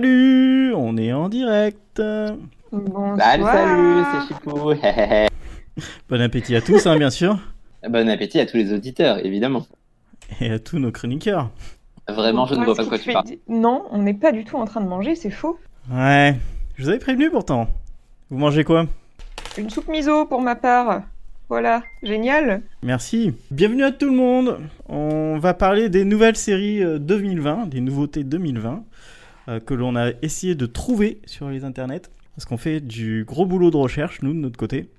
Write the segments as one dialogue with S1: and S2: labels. S1: Salut, on est en direct.
S2: Bonsoir.
S3: Salut, Bah, salut, c'est Chipou.
S1: Bon appétit à tous, hein, bien sûr,
S3: bon appétit à tous les auditeurs, évidemment.
S1: et à tous nos chroniqueurs.
S3: Vraiment, je ne vois
S2: Pourquoi
S3: pas
S2: est-ce
S3: de quoi
S2: qu'il
S3: tu
S2: te fait
S3: parles.
S2: di- Non, on n'est pas du tout en train de manger, c'est faux.
S1: Ouais, je vous avais prévenu pourtant. Vous mangez quoi
S2: Une soupe miso pour ma part. Voilà, génial.
S1: Merci. Bienvenue à tout le monde. On va parler des nouvelles séries euh, 2020, des nouveautés 2020 euh, que l'on a essayé de trouver sur les internets parce qu'on fait du gros boulot de recherche nous de notre côté.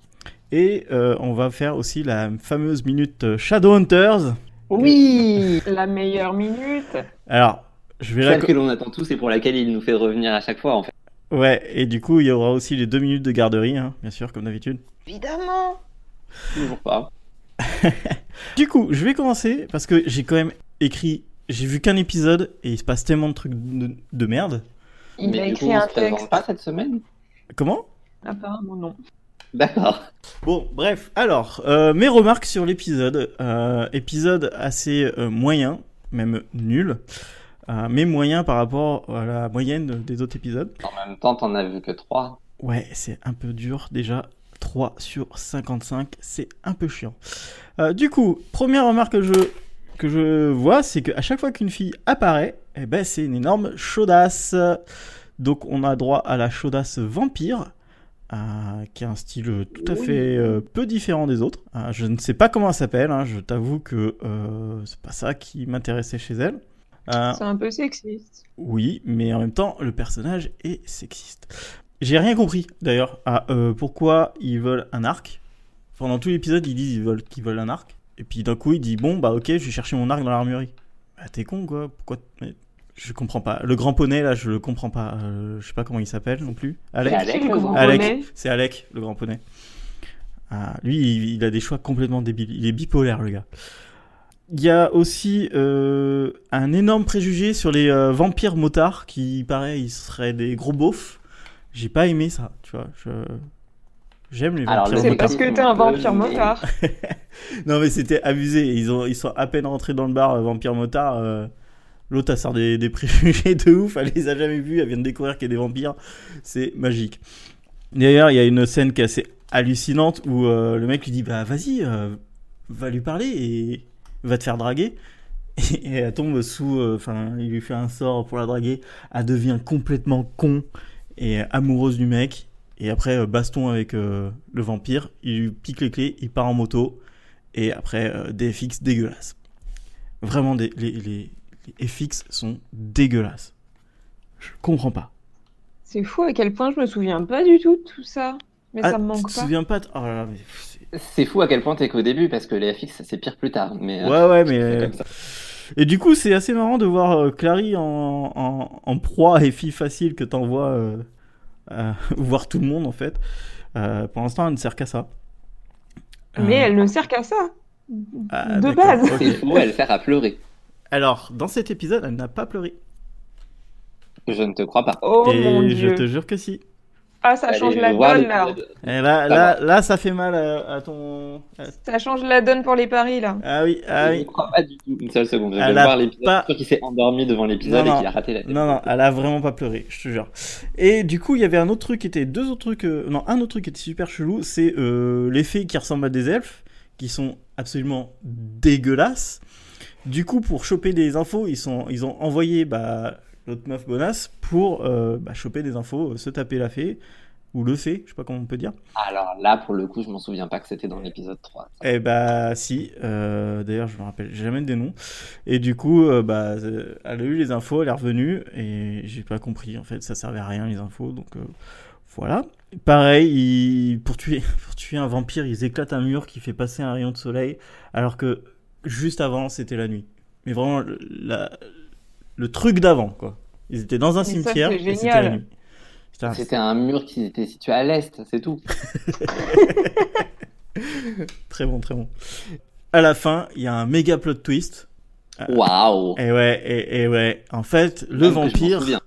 S1: Et euh, on va faire aussi la fameuse minute euh, Shadowhunters.
S3: Oui
S2: La meilleure minute.
S1: Alors, je vais la
S3: Celle que l'on attend tous et pour laquelle il nous fait revenir à chaque fois, en fait.
S1: Ouais, et du coup, il y aura aussi les deux minutes de garderie, hein, bien sûr, comme d'habitude.
S2: Évidemment.
S3: Toujours pas.
S1: Du coup, je vais commencer parce que j'ai quand même écrit. J'ai vu qu'un épisode et il se passe tellement de trucs de, de merde.
S2: Il
S3: Mais
S2: a
S3: du
S2: écrit
S3: coup, on
S2: un
S3: se présente
S2: texte.
S3: pas cette semaine
S1: Comment
S2: Apparemment non.
S3: D'accord.
S1: Bon, bref. Alors, euh, mes remarques sur l'épisode. Euh, épisode assez euh, moyen, même nul. Euh, mais moyen par rapport à la moyenne des autres épisodes.
S3: En même temps, t'en as vu que trois.
S1: Ouais, c'est un peu dur déjà. 3 sur 55, c'est un peu chiant. Euh, du coup, première remarque que je, que je vois, c'est qu'à chaque fois qu'une fille apparaît, eh ben, c'est une énorme chaudasse. Donc on a droit à la chaudasse vampire, euh, qui a un style tout à fait euh, peu différent des autres. Euh, je ne sais pas comment elle s'appelle, hein, je t'avoue que euh, c'est pas ça qui m'intéressait chez elle. Euh,
S2: C'est un peu sexiste.
S1: oui, mais en même temps, le personnage est sexiste. J'ai rien compris d'ailleurs à euh, pourquoi ils veulent un arc. Pendant tout l'épisode, ils disent qu'ils veulent, qu'ils veulent un arc. Et puis d'un coup, il dit Bon, bah ok, je vais chercher mon arc dans l'armurerie. Bah t'es con quoi Pourquoi t- mais Je comprends pas. Le grand poney là, je le comprends pas. Euh, je sais pas comment il s'appelle non plus. Alec
S3: Alec,
S2: Qui, le
S3: le
S2: grand
S1: Alec.
S2: bonnet
S1: C'est Alec, le grand poney. Ah, lui, il, il a des choix complètement débiles. Il est bipolaire, le gars. Il y a aussi euh, un énorme préjugé sur les euh, vampires motards qui, pareil, ils seraient des gros beaufs. J'ai pas aimé ça, tu vois. Je... J'aime les
S3: Alors,
S1: vampires
S3: le-
S2: C'est
S1: motards.
S2: parce que t'es un
S3: Euh,
S2: vampire motard.
S1: Non, mais c'était abusé. Ils, ont, ils sont à peine rentrés dans le bar, euh, vampires motards. euh, L'autre, elle sort des, des préjugés de ouf. Elle les a jamais vus. Elle vient de découvrir qu'il y a des vampires. C'est magique. D'ailleurs, il y a une scène qui est assez hallucinante où euh, le mec lui dit Bah, vas-y, euh, va lui parler et va te faire draguer. Et elle tombe sous. euh, Enfin, il lui fait un sort pour la draguer. Elle devient complètement con et amoureuse du mec. Et après, euh, baston avec euh, le vampire. Il lui pique les clés. Il part en moto et après euh, des FX dégueulasses. Vraiment, des, les, les, les FX sont dégueulasses. Je comprends pas.
S2: C'est fou à quel point je me souviens pas du tout de tout ça. Mais
S1: Ah,
S2: ça me
S1: tu
S2: manque
S1: te
S2: pas.
S1: souviens pas de- Oh là là, mais c'est-
S3: C'est fou à quel point t'es qu'au début, parce que les FX, c'est pire plus tard. Mais, euh,
S1: Ouais, ouais,
S3: c'est
S1: mais.
S3: comme ça.
S1: Et du coup, c'est assez marrant de voir euh, Clary en, en, en proie à filles faciles que t'envoies euh, euh, voir tout le monde en fait. Euh, pour l'instant, elle ne sert qu'à ça.
S2: Mais
S1: Euh,
S2: elle ne sert qu'à ça.
S1: ah,
S2: de
S1: d'accord,
S2: base.
S3: C'est
S1: ok.
S3: fou, elle sert à pleurer.
S1: Alors, dans cet épisode, elle n'a pas pleuré.
S3: Je ne te crois pas.
S2: Oh mon
S1: et je
S2: dieu.
S1: te jure que si.
S2: Ah, ça
S3: Allez,
S2: change la
S3: voir
S2: donne là.
S3: l'épisode.
S1: Et Eh, là,
S3: Ça
S1: là, là, ça fait mal à, à ton. à-
S2: Ça change la donne pour les paris là.
S1: Ah oui, ah
S3: Je ne
S1: oui.
S3: crois pas du tout une seule seconde. Je
S1: Elle
S3: viens de
S1: a
S3: voir l'épisode.
S1: pas-
S3: Je suis sûr qu'il s'est endormi devant l'épisode
S1: Non,
S3: et
S1: non.
S3: qu'il a raté la tête.
S1: Non, non, elle a vraiment pas pleuré, je te jure. Et du coup, il y avait un autre truc qui était. Deux autres trucs. euh, Non, un autre truc qui était super chelou, c'est euh, les fées qui ressemblent à des elfes, qui sont absolument dégueulasses. Du coup, pour choper des infos, ils, sont... ils ont envoyé bah, l'autre meuf bonasse pour euh, bah, choper des infos, euh, se taper la fée, ou le fée, je sais pas comment on peut dire.
S3: Alors là, pour le coup, je m'en souviens pas que c'était dans l'épisode 3. ça.
S1: Eh bah si, euh, d'ailleurs je me rappelle jamais des noms. Et du coup, euh, bah, euh, elle a eu les infos, elle est revenue et j'ai pas compris en fait, ça servait à rien les infos, donc euh, voilà. Pareil, ils- pour, tuer, pour tuer un vampire, ils éclatent un mur qui fait passer un rayon de soleil, alors que juste avant c'était la nuit. Mais vraiment le- la- le truc d'avant quoi. Ils étaient dans un
S2: Mais ça,
S1: cimetière
S2: c'est
S1: et c'était
S2: génial.
S1: la nuit. C'était un-
S3: C'était un mur qui était situé à l'est, c'est tout.
S1: très bon, très bon. À la fin, il y a un méga plot twist. Euh,
S3: Waouh
S1: Et ouais, et, et ouais. En fait, le
S3: Même que Ah, je m'en
S1: vampire,
S3: souviens.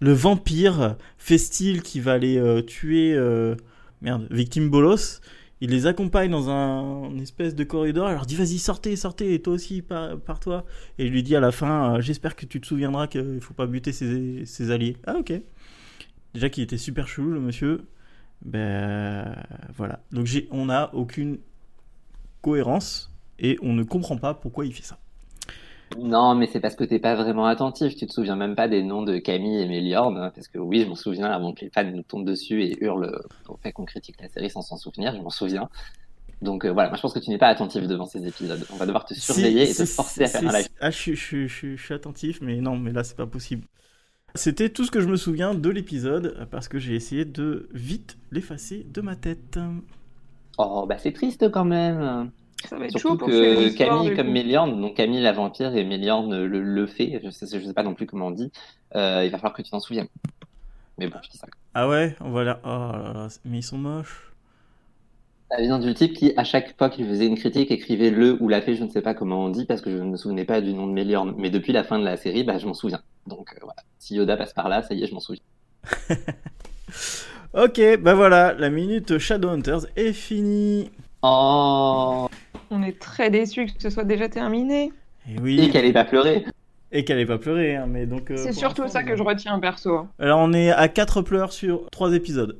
S1: le vampire fait style qui va aller euh, tuer euh, merde, victime Bolos. Il les accompagne dans un une espèce de corridor. Il leur dit Vas-y, sortez, sortez, et toi aussi, par, par toi. Et il lui dit à la fin euh, J'espère que tu te souviendras qu'il ne faut pas buter ses, ses alliés. Ah, ok. Déjà qu'il était super chelou, le monsieur. Ben voilà. Donc j'ai- on n'a aucune cohérence et on ne comprend pas pourquoi il fait ça.
S3: Non, mais c'est parce que t'es pas vraiment attentif. Tu te souviens même pas des noms de Camille et Méliorne. hein, Parce que oui, je m'en souviens avant que les fans nous tombent dessus et hurlent au fait qu'on critique la série sans s'en souvenir. Je m'en souviens. Donc euh, voilà, moi je pense que tu n'es pas attentif devant ces épisodes. On va devoir te surveiller
S1: Si,
S3: et te
S1: si,
S3: forcer à
S1: si,
S3: faire
S1: si.
S3: un live.
S1: Ah, je, suis- je suis- je suis- je suis attentif, mais non, mais là, c'est pas possible. C'était tout ce que je me souviens de l'épisode, parce que j'ai essayé de vite l'effacer de ma tête.
S3: Oh, bah c'est triste quand même.
S2: Ça va être chaud
S3: Surtout
S2: pour suivre
S3: que
S2: l'histoire,
S3: Camille
S2: du
S3: comme
S2: coup.
S3: Méliorne, donc Camille la vampire et Méliorne le, le fait, je sais, je sais pas non plus comment on dit, euh, il va falloir que tu t'en souviennes. Mais bon, je dis ça.
S1: Ah ouais, on va là. Oh là là, mais ils sont moches.
S3: Ça vient du type qui, à chaque fois qu'il faisait une critique, écrivait le ou la fée, je ne sais pas comment on dit, parce que je ne me souvenais pas du nom de Méliorne. Mais depuis la fin de la série, bah, je m'en souviens. Donc euh, voilà, si Yoda passe par là, ça y est, je m'en souviens.
S1: Ok, bah voilà, la minute Shadowhunters est finie.
S3: Oh
S2: On est très déçus que ce soit déjà
S1: Euh,
S2: terminé.
S1: Et
S3: Et
S1: oui,
S3: qu'elle ait pas pleuré
S1: et qu'elle ait pas pleuré, hein, mais donc. euh,
S2: C'est
S1: pour
S2: surtout
S1: l'instant,
S2: ça que je
S1: on-
S2: retiens perso. hein.
S1: Alors, on est à 4 pleurs sur 3 épisodes.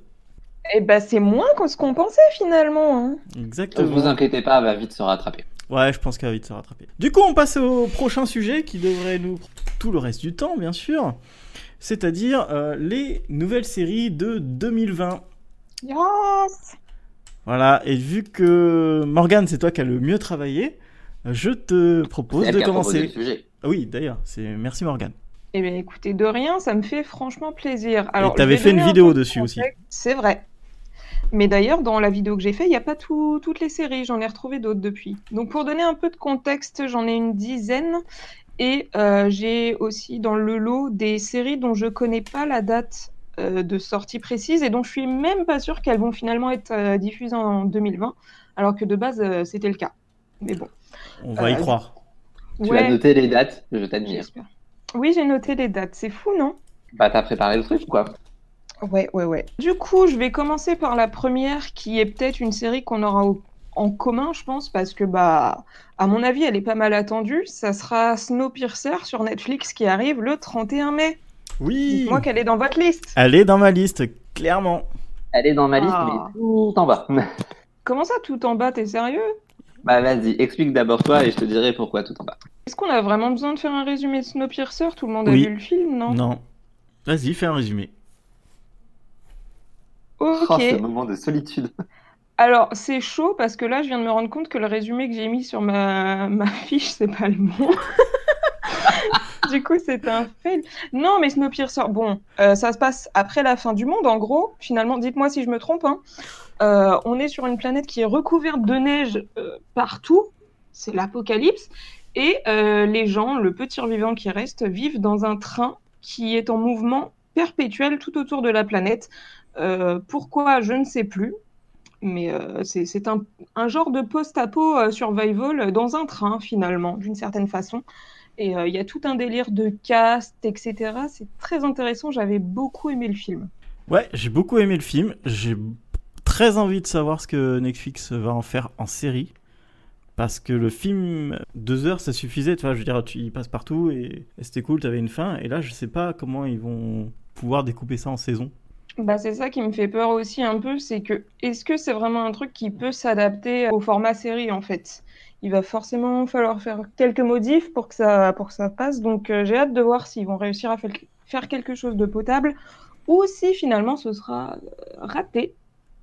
S2: Eh ben, c'est moins que ce qu'on pensait finalement. hein.
S3: Ne vous
S1: Exactement.
S3: inquiétez pas, elle va vite se rattraper.
S1: Ouais, je pense qu'elle va vite se rattraper. Du coup, on passe au prochain sujet qui devrait nous prendre tout le reste du temps, bien sûr. C'est-à-dire euh, les nouvelles séries de 2020.
S2: Yes
S1: Voilà, et vu que Morgane, c'est toi qui as le mieux travaillé, euh, je te propose
S3: C'est elle
S1: de
S3: qui a proposé le
S1: commencer.
S3: sujet.
S1: Ah oui, d'ailleurs, c'est merci Morgane.
S2: Eh bien, écoutez, de rien, ça me fait franchement plaisir.
S1: et
S2: Alors,
S1: t'avais
S2: je vais
S1: fait une
S2: donner un
S1: vidéo
S2: peu de
S1: dessus aussi.
S2: contexte. C'est vrai. Mais d'ailleurs, dans la vidéo que j'ai faite, il n'y a pas tout- toutes les séries. J'en ai retrouvé d'autres depuis. Donc, pour donner un peu de contexte, j'en ai une dizaine. Et euh, j'ai aussi dans le lot des séries dont je ne connais pas la date euh, de sortie précise et dont je suis même pas sûre qu'elles vont finalement être euh, diffusées en 2020, alors que de base, euh, c'était le cas. Mais bon.
S1: On va y
S2: Euh,
S1: croire.
S3: Tu
S2: Ouais,
S3: as noté les dates, je t'admire.
S2: j'espère. Oui, j'ai noté les dates. C'est fou, non
S3: Bah t'as préparé le truc quoi.
S2: Ouais, ouais, ouais. Du coup, je vais commencer par la première qui est peut-être une série qu'on aura au- en commun, je pense, parce que, bah, à mon avis, elle est pas mal attendue. Ça sera Snowpiercer sur Netflix qui arrive le 31 mai.
S1: Oui
S2: Dites-moi qu'elle est dans votre liste.
S1: Elle est dans ma liste, clairement.
S3: Elle est dans ma liste,
S2: Ah.
S3: mais tout en bas.
S2: Comment ça, tout en bas, t'es sérieux?
S3: bah vas-y, explique d'abord toi et je te dirai pourquoi tout en bas.
S2: Est-ce qu'on a vraiment besoin de faire un résumé de Snowpiercer? Tout le monde a
S1: Oui.
S2: vu le film, non?
S1: Non. Vas-y, fais un résumé.
S3: Oh,
S2: Ok.
S3: ce moment de solitude.
S2: Alors, c'est chaud parce que là, je viens de me rendre compte que le résumé que j'ai mis sur ma, ma fiche, c'est pas le bon. Du coup, c'est un fail. Non, mais Snowpiercer, bon, euh, ça se passe après la fin du monde, en gros. Finalement, dites-moi si je me trompe. hein. Euh, on est sur une planète qui est recouverte de neige euh, partout. C'est l'apocalypse. Et euh, les gens, le petit survivant qui reste, vivent dans un train qui est en mouvement perpétuel tout autour de la planète. Euh, pourquoi, je ne sais plus. Mais euh, c'est c'est un, un genre de post-apo euh, survival dans un train, finalement, d'une certaine façon. Et euh, il y a tout un délire de cast, etc. C'est très intéressant. J'avais beaucoup aimé le film.
S1: Ouais, j'ai beaucoup aimé le film. J'ai très envie de savoir ce que Netflix va en faire en série. Parce que le film, deux heures, ça suffisait. Tu vois, je veux dire, tu y passes partout et, et c'était cool, t'avais une fin. Et là, je sais pas comment ils vont pouvoir découper ça en saison.
S2: Bah, c'est ça qui me fait peur aussi un peu, c'est que est-ce que c'est vraiment un truc qui peut s'adapter au format série en fait? Il va forcément falloir faire quelques modifs pour que ça, pour que ça passe, donc euh, j'ai hâte de voir s'ils vont réussir à fel- faire quelque chose de potable ou si finalement ce sera euh, raté.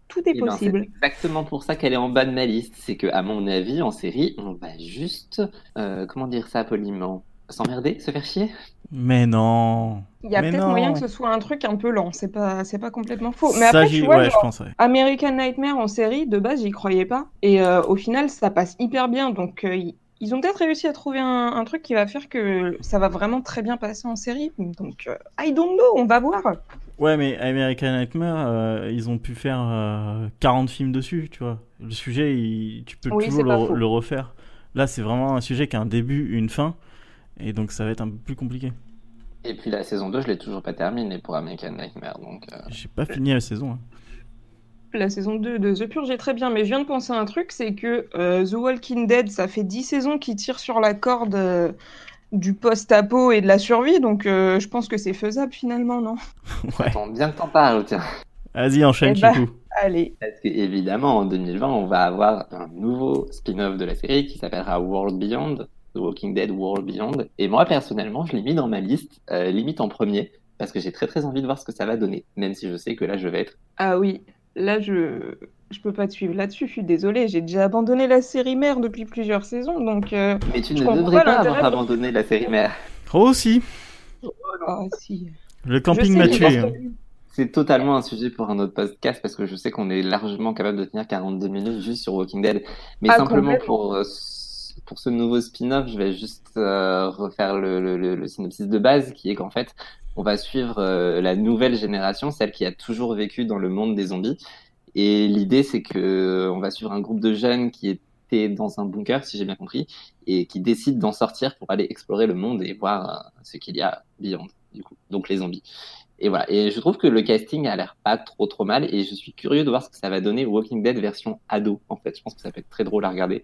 S2: Tout est
S3: Eh ben,
S2: possible.
S3: c'est exactement pour ça qu'elle est en bas de ma liste. C'est que, à mon avis, en série, on va juste, euh, comment dire ça poliment, s'emmerder, se faire chier.
S1: Mais non
S2: Il y a
S1: Mais
S2: peut-être
S1: non.
S2: moyen que ce soit un truc un peu lent, c'est pas, c'est pas complètement faux. Mais
S1: Ça,
S2: après,
S1: j'y-
S2: tu vois,
S1: ouais,
S2: genre,
S1: je pense, ouais.
S2: American Nightmare en série, de base, j'y croyais pas. Et euh, au final, ça passe hyper bien. Donc, euh, ils- ils ont peut-être réussi à trouver un, un truc qui va faire que ça va vraiment très bien passer en série. Donc, euh, I don't know, on va voir.
S1: Ouais, mais American Nightmare, euh, ils ont pu faire euh, 40 films dessus, tu vois. Le sujet, il- tu peux
S2: Oui,
S1: toujours
S2: c'est pas
S1: le,
S2: faux.
S1: le refaire. Là, c'est vraiment un sujet qui a un début, une fin. Et donc, ça va être un peu plus compliqué.
S3: Et puis la saison 2, je l'ai toujours pas terminée pour American Nightmare. Donc, euh,
S1: J'ai pas fini la saison. hein.
S2: la saison 2 de The Purge est très bien, mais je viens de penser à un truc, c'est que euh, The Walking Dead, ça fait 10 saisons qu'ils tirent sur la corde euh, du post-apo et de la survie, donc euh, je pense que c'est faisable finalement, non
S1: Ouais.
S3: Attends, bien que t'en parles, tiens.
S1: Vas-y, enchaîne,
S2: Eh bah.
S1: Chikou.
S2: Allez,
S3: Parce que, évidemment, en 2020, on va avoir un nouveau spin-off de la série qui s'appellera World Beyond, The Walking Dead World Beyond. Et moi, personnellement, je l'ai mis dans ma liste, euh, limite en premier, parce que j'ai très très envie de voir ce que ça va donner, même si je sais que là, je vais être.
S2: ah oui, là je je peux pas te suivre là-dessus, je suis désolée, j'ai déjà abandonné la série mère depuis plusieurs saisons, donc euh,
S3: Mais tu
S2: Je
S3: ne
S2: comprends
S3: devrais
S2: pas
S3: pas avoir
S2: l'intérêt.
S3: abandonné la série mère.
S1: Oh, aussi,
S2: ah, si.
S1: le
S2: Je
S1: camping
S2: sais,
S1: m'a
S2: mais
S1: tué.
S2: parce
S1: hein.
S2: que-
S3: C'est totalement un sujet pour un autre podcast parce que je sais qu'on est largement capable de tenir 42 minutes juste sur Walking Dead. Mais
S2: Ah,
S3: simplement
S2: complètement.
S3: pour, euh, ce- pour ce nouveau spin-off, je vais juste euh, refaire le, le- le- le synopsis de base qui est qu'en fait, on va suivre euh, la nouvelle génération, celle qui a toujours vécu dans le monde des zombies. Et l'idée, c'est que euh, on va suivre un groupe de jeunes qui étaient dans un bunker, si j'ai bien compris, et qui décident d'en sortir pour aller explorer le monde et voir euh, ce qu'il y a beyond, du coup, donc les zombies. Et voilà. Et je trouve que le casting a l'air pas trop trop mal. Et je suis curieux de voir ce que ça va donner Walking Dead version ado. En fait, je pense que ça peut être très drôle à regarder.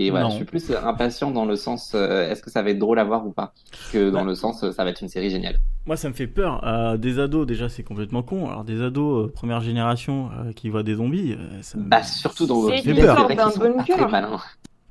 S3: Et voilà,
S1: Non.
S3: je suis plus euh, impatient dans le sens euh, est-ce que ça va être drôle à voir ou pas que dans
S1: Bah.
S3: le sens euh, ça va être une série géniale.
S1: Moi, ça me fait peur. Euh, des ados, déjà, c'est complètement con. Alors, des ados, euh, première génération, euh, qui voient des zombies, euh, ça me-
S3: Bah surtout dans
S2: C'est
S3: Walking
S1: une
S3: Dead,
S1: sorte
S3: c'est vrai
S2: d'un
S3: qu'ils sont pas
S2: bunker.
S3: très malins.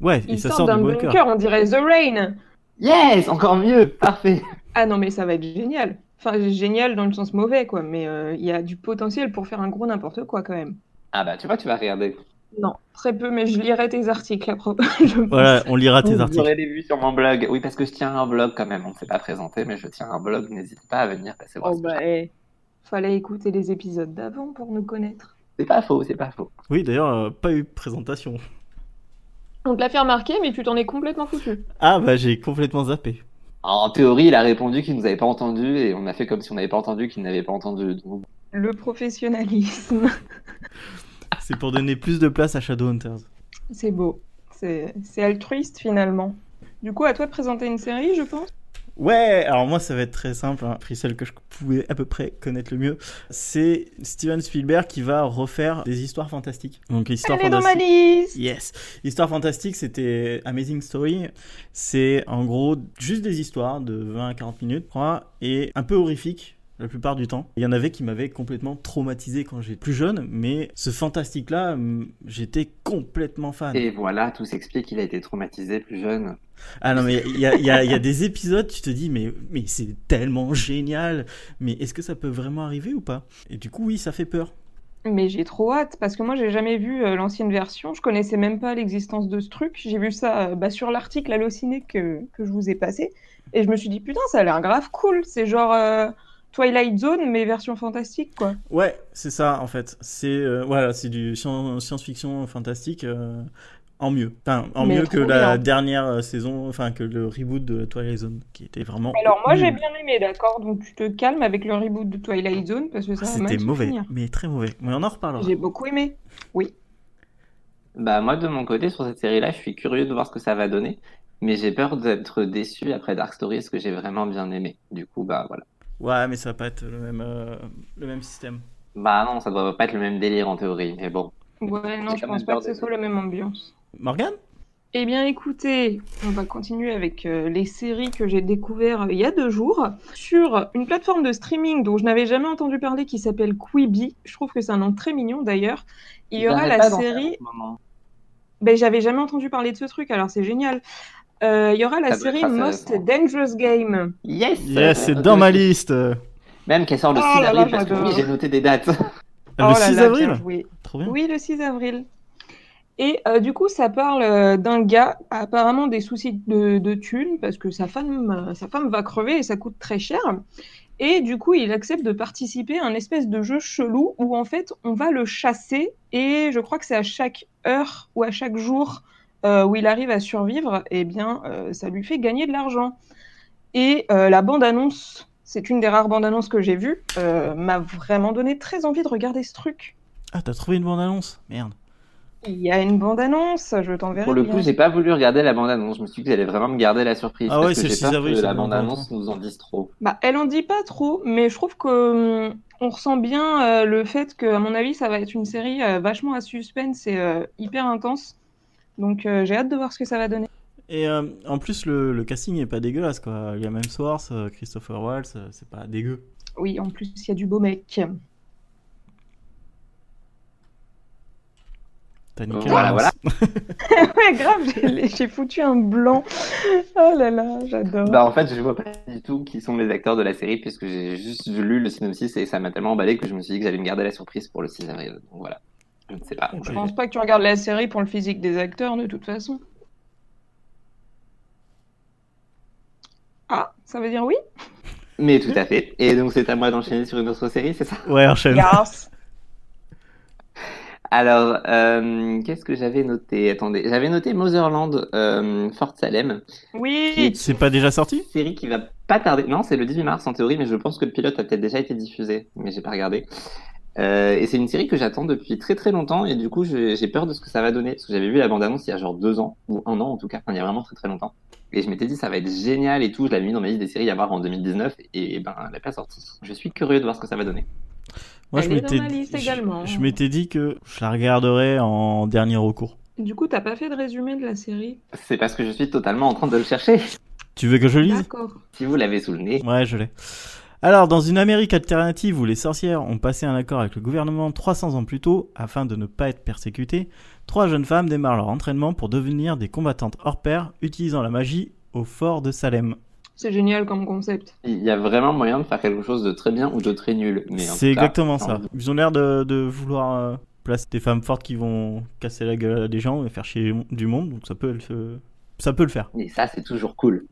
S1: Ouais, et
S2: Il
S1: ça
S2: sort
S1: sort du
S2: d'un
S1: bunker.
S2: bunker, on dirait The Rain.
S3: Yes, encore mieux, parfait.
S2: Ah non, mais ça va être génial. Enfin, génial dans le sens mauvais, quoi. Mais euh, il y a du potentiel pour faire un gros n'importe quoi, quand même.
S3: Ah bah tu vois, tu vas regarder.
S2: Non, très peu, mais je lirai tes articles à propos. je pense.
S1: Voilà, on lira tes
S3: Vous
S1: articles.
S3: aurez les vues sur mon blog. Oui, parce que je tiens un blog quand même. On ne s'est pas présenté, mais je tiens un blog. N'hésitez pas à venir passer voir.
S2: Oh
S3: ce que
S2: bah,
S3: je-
S2: eh, fallait écouter les épisodes d'avant pour nous connaître.
S3: C'est pas faux, c'est pas faux.
S1: Oui, d'ailleurs, euh, pas eu de présentation.
S2: On te l'a fait remarquer, mais tu t'en es complètement foutu.
S1: Ah, bah, j'ai complètement zappé.
S3: En théorie, il a répondu qu'il nous avait pas entendu et on a fait comme si on n'avait pas entendu qu'il n'avait pas entendu. Donc,
S2: Le professionnalisme,
S1: C'est pour donner plus de place à Shadowhunters.
S2: c'est beau. C'est c'est altruiste, finalement. Du coup, à toi de présenter une série, je pense.
S1: Ouais, alors moi ça va être très simple, hein. Pris celle que je pouvais à peu près connaître le mieux. C'est Steven Spielberg qui va refaire des histoires fantastiques. Donc histoire
S2: Elle est dans ma
S1: fantastique.
S2: liste
S1: Yes. Histoire fantastique, c'était Amazing Story. C'est en gros juste des histoires de 20 à 40 minutes, je crois, et un peu horrifique la plupart du temps. Il y en avait qui m'avaient complètement traumatisé quand j'étais plus jeune, mais ce fantastique-là, hum, j'étais complètement fan.
S3: Et voilà, tout s'explique. Il a été traumatisé plus jeune.
S1: Ah non, mais il y a, il y a- il y a des épisodes, tu te dis, mais, mais c'est tellement génial, mais est-ce que ça peut vraiment arriver ou pas Et du coup, oui, ça fait peur.
S2: Mais j'ai trop hâte parce que moi j'ai jamais vu euh, l'ancienne version, je connaissais même pas l'existence de ce truc. J'ai vu ça euh, bah, sur l'article Allociné que, que je vous ai passé et je me suis dit putain, ça a l'air grave cool. C'est genre euh, Twilight Zone mais version fantastique quoi.
S1: Ouais, c'est ça, en fait. C'est euh, voilà, c'est du scien- science-fiction fantastique euh, en mieux. Enfin, en
S2: Mais
S1: mieux
S2: trop
S1: que la
S2: bien.
S1: dernière euh, saison, enfin, que le reboot de Twilight Zone, qui était vraiment.
S2: Alors moi
S1: nul.
S2: j'ai bien aimé, d'accord, donc tu te calmes avec le reboot de Twilight Zone parce que ça
S1: Ah,
S2: va
S1: C'était
S2: mal se
S1: mauvais,
S2: finir.
S1: mais très mauvais. Mais on en reparlera.
S2: J'ai beaucoup aimé.
S3: Bah moi de mon côté sur cette série-là, je suis curieux de voir ce que ça va donner, mais j'ai peur d'être déçu après Dark Story, ce que j'ai vraiment bien aimé. Du coup bah voilà.
S1: Ouais, mais ça va pas être le même, euh, le même système.
S3: Bah non, ça devrait pas être le même délire en théorie, mais bon.
S2: Ouais, non,
S3: J'ai
S2: je
S3: quand
S2: pense
S3: même
S2: pas
S3: peur
S2: que ce
S3: des-
S2: soit la même ambiance.
S1: Morgane
S2: Eh bien, écoutez, on va continuer avec euh, les séries que j'ai découvertes euh, il y a deux jours sur une plateforme de streaming dont je n'avais jamais entendu parler qui s'appelle Quibi. Je trouve que c'est un nom très mignon d'ailleurs. Il y aura
S3: J'arrête
S2: la
S3: pas d'en faire en
S2: série.
S3: ce moment.
S2: Ben, j'avais jamais entendu parler de ce truc, alors c'est génial. Euh, il y aura la
S3: Ça doit être
S2: série Most
S3: assez
S2: Dangerous Game.
S3: Yes.
S1: Yes,
S3: Euh,
S1: c'est
S3: euh,
S1: dans ma
S3: aussi.
S1: liste Euh,
S3: Même qu'elle sort le
S2: Oh
S3: 6
S2: là là,
S3: avril parce que oui,
S2: j'adore.
S3: j'ai noté des dates.
S1: Ah, Le 6
S2: Oh bien
S1: avril
S2: joué.
S1: Trop bien.
S2: Oui, le 6 avril. Et euh, du coup, ça parle euh, d'un gars, apparemment des soucis de, de thunes, parce que sa femme, euh, sa femme va crever et ça coûte très cher. Et du coup, il accepte de participer à un espèce de jeu chelou où en fait, on va le chasser. Et je crois que c'est à chaque heure ou à chaque jour euh, où il arrive à survivre, eh bien, euh, ça lui fait gagner de l'argent. Et euh, la bande-annonce, c'est une des rares bandes-annonces que j'ai vues, euh, m'a vraiment donné très envie de regarder ce truc.
S1: Ah, t'as trouvé une bande-annonce Merde.
S2: Il y a une bande-annonce, je t'enverrai.
S3: Pour le
S2: bien.
S3: coup, j'ai pas voulu regarder la bande-annonce. Je me suis dit que j'allais vraiment me garder la surprise.
S1: Ah
S3: parce
S1: ouais,
S3: que
S1: c'est le
S3: j'ai
S1: 6
S3: peur
S1: avril,
S3: que
S1: ça
S3: la
S1: demande
S3: bande-annonce nous en dise trop.
S2: Bah, elle en dit pas trop, mais je trouve que hum, on ressent bien euh, le fait que, à mon avis, ça va être une série euh, vachement à suspense et euh, hyper intense. Donc euh, j'ai hâte de voir ce que ça va donner.
S1: Et euh, en plus, le, le casting est pas dégueulasse quoi. Il y a même Swartz, euh, Christopher Waltz, euh, c'est pas dégueu.
S2: Oui, en plus, il y a du beau mec.
S1: T'as nickel.
S3: Voilà,
S1: hein.
S3: voilà.
S2: ouais, grave, j'ai- j'ai foutu un blanc. Oh là là, j'adore.
S3: Bah, en fait, je vois pas du tout qui sont les acteurs de la série puisque j'ai juste lu le synopsis et ça m'a tellement emballé que je me suis dit que j'allais me garder la surprise pour le 6 avril. Donc voilà. Je ne sais pas.
S1: Ok.
S2: Je pense pas que tu regardes la série pour le physique des acteurs, de toute façon. Ah, ça veut dire oui
S3: Mais tout à fait. Et donc, c'est à moi d'enchaîner sur une autre série, c'est ça
S1: Ouais, enchaîne.
S2: Garce.
S3: Alors, euh, qu'est-ce que j'avais noté Attendez, j'avais noté Motherland, euh, Fort Salem.
S2: Oui
S1: C'est pas déjà sorti
S3: Série qui va pas tarder. Non, c'est le 18 mars en théorie, mais je pense que le pilote a peut-être déjà été diffusé, mais j'ai pas regardé. Euh, et c'est une série que j'attends depuis très très longtemps, et du coup, je- j'ai peur de ce que ça va donner, parce que j'avais vu la bande-annonce il y a genre deux ans, ou un an en tout cas, enfin, il y a vraiment très très longtemps. Et je m'étais dit, ça va être génial et tout, je l'avais mis dans ma liste des séries à voir en 2019, et ben, elle n'est pas sortie. Je suis curieux de voir ce que ça va donner.
S1: Moi, je
S2: Elle est dans
S1: m'étais
S2: ma liste
S1: je-
S2: également.
S1: je m'étais dit que je la regarderais en dernier recours.
S2: Du coup, t'as pas fait de résumé de la série
S3: C'est parce que je suis totalement en train de le chercher,
S1: Tu veux que je lise
S2: D'accord.
S3: si vous l'avez sous le nez.
S1: Ouais, je l'ai. Alors, dans une Amérique alternative où les sorcières ont passé un accord avec le gouvernement 300 ans plus tôt afin de ne pas être persécutées, trois jeunes femmes démarrent leur entraînement pour devenir des combattantes hors pair utilisant la magie au fort de Salem.
S2: C'est génial comme concept.
S3: Il y a vraiment moyen de faire quelque chose de très bien ou de très nul. Mais en
S1: C'est
S3: tout cas,
S1: exactement
S3: j'ai
S1: ça.
S3: envie de-
S1: Ils ont l'air de, de vouloir euh, placer des femmes fortes qui vont casser la gueule à des gens et faire chier du monde, donc ça peut, le- se- ça peut le faire.
S3: Et ça, c'est toujours cool.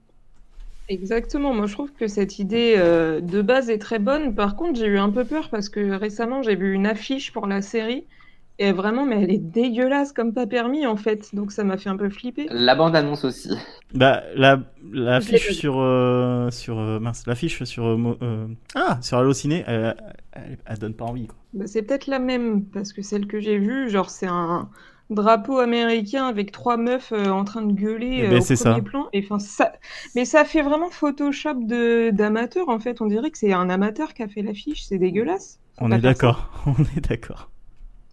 S2: Exactement, moi je trouve que cette idée euh, de base est très bonne. Par contre, j'ai eu un peu peur parce que récemment j'ai vu une affiche pour la série et vraiment, mais elle est dégueulasse comme pas permis en fait, donc ça m'a fait un peu flipper.
S3: La bande-annonce aussi.
S1: Bah, la, la
S2: Je l'ai
S1: fiche
S2: pas
S1: sur. euh, sur euh, mince, l'affiche sur. euh, mo- euh, ah, sur Allociné, elle, elle- elle donne pas envie, quoi.
S2: Bah, c'est peut-être la même parce que celle que j'ai vue, genre c'est un drapeau américain avec trois meufs euh, en train de
S1: Eh
S2: gueuler euh,
S1: ben,
S2: au
S1: c'est
S2: premier
S1: ça.
S2: plan. Et, enfin, ça... Mais ça fait vraiment Photoshop de... d'amateur en fait, on dirait que c'est un amateur qui a fait l'affiche, c'est dégueulasse. Faut
S1: On
S2: pas
S1: est
S2: faire ça.
S1: d'accord, on est d'accord.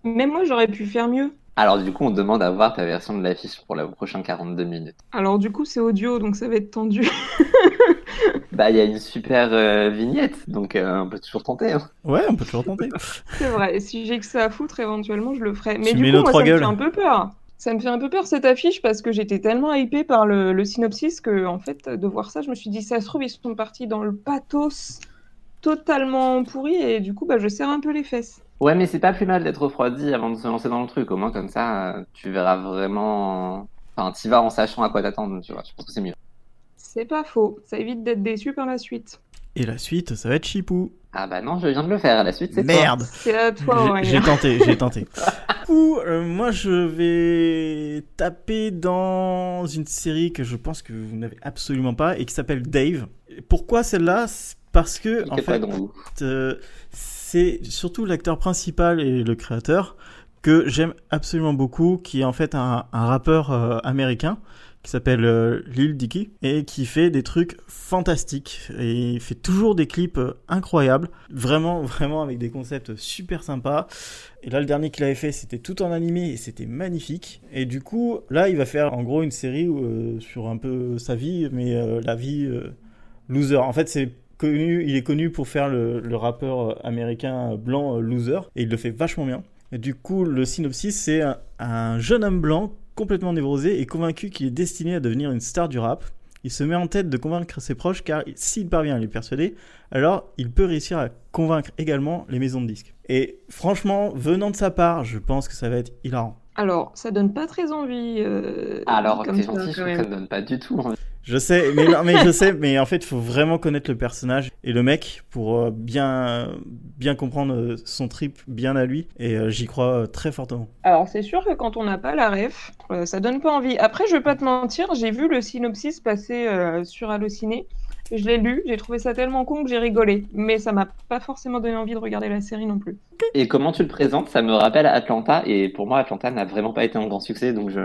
S2: Même moi j'aurais pu faire mieux.
S3: Alors du coup, on demande à voir ta version de l'affiche pour les prochains 42 minutes.
S2: Alors du coup, c'est audio, donc ça va être tendu.
S3: Bah, il y a une super euh, vignette, donc euh, on peut toujours tenter. hein.
S1: Ouais, on peut toujours tenter.
S2: c'est vrai. Si j'ai que ça à foutre, éventuellement, je le ferai. Mais
S1: Tu
S2: du
S1: mets
S2: coup,
S1: nos
S2: moi,
S1: trois
S2: ça me
S1: gueules.
S2: fait un peu peur. Ça me fait un peu peur cette affiche parce que j'étais tellement hypée par le, le synopsis que, en fait, de voir ça, je me suis dit, ça se trouve, ils sont partis dans le pathos totalement pourri et du coup, bah, je serre un peu les fesses.
S3: Ouais, mais c'est pas plus mal d'être refroidi avant de se lancer dans le truc. Au moins comme ça, euh, tu verras vraiment. Enfin, t'y vas en sachant à quoi t'attendre. Tu vois, je pense que c'est mieux.
S2: C'est pas faux. Ça évite d'être déçu par la suite.
S1: Et la suite, ça va être Chipou.
S3: Ah bah non, je viens de le faire. La suite, c'est toi.
S1: Merde
S2: C'est à toi,
S1: J'ai-
S2: Aurélien.
S1: J'ai tenté, j'ai tenté. Du coup, euh, moi je vais taper dans une série que je pense que vous n'avez absolument pas et qui s'appelle Dave. Et Pourquoi celle-là C'est Parce que, en
S3: T'es pas
S1: fait,
S3: dans le goût.
S1: euh, c'est surtout l'acteur principal et le créateur que j'aime absolument beaucoup, qui est en fait un, un rappeur euh, américain qui s'appelle euh, Lil Dicky et qui fait des trucs fantastiques. Et il fait toujours des clips euh, incroyables, vraiment, vraiment avec des concepts super sympas. Et là, le dernier qu'il avait fait, c'était tout en animé et c'était magnifique. Et du coup, là, il va faire en gros une série euh, sur un peu sa vie, mais euh, la vie euh, loser. En fait, c'est connu, il est connu pour faire le, le rappeur euh, américain euh, blanc euh, loser et il le fait vachement bien. Et du coup, le synopsis, c'est un, un jeune homme blanc complètement névrosé et convaincu qu'il est destiné à devenir une star du rap. Il se met en tête de convaincre ses proches car s'il parvient à les persuader, alors il peut réussir à convaincre également les maisons de disques. Et franchement, venant de sa part, je pense que ça va être hilarant.
S2: Alors, ça donne pas très envie. euh,
S3: Alors,
S2: comme
S3: t'es
S2: ça,
S3: gentil, je
S2: quand
S3: trouve que ça
S2: même.
S3: me donne pas du tout. envie.
S1: Je sais, mais non, mais je sais, mais en fait, il faut vraiment connaître le personnage et le mec pour euh, bien, bien comprendre euh, son trip bien à lui. Et euh, j'y crois euh, très fortement.
S2: Alors, c'est sûr que quand on n'a pas la ref, euh, ça donne pas envie. Après, je vais pas te mentir, j'ai vu le synopsis passer euh, sur Allociné. Je l'ai lu, j'ai trouvé ça tellement con que j'ai rigolé, mais ça m'a pas forcément donné envie de regarder la série non plus.
S3: Et comment tu le présentes Ça me rappelle Atlanta, et pour moi, Atlanta n'a vraiment pas été un grand succès, donc je.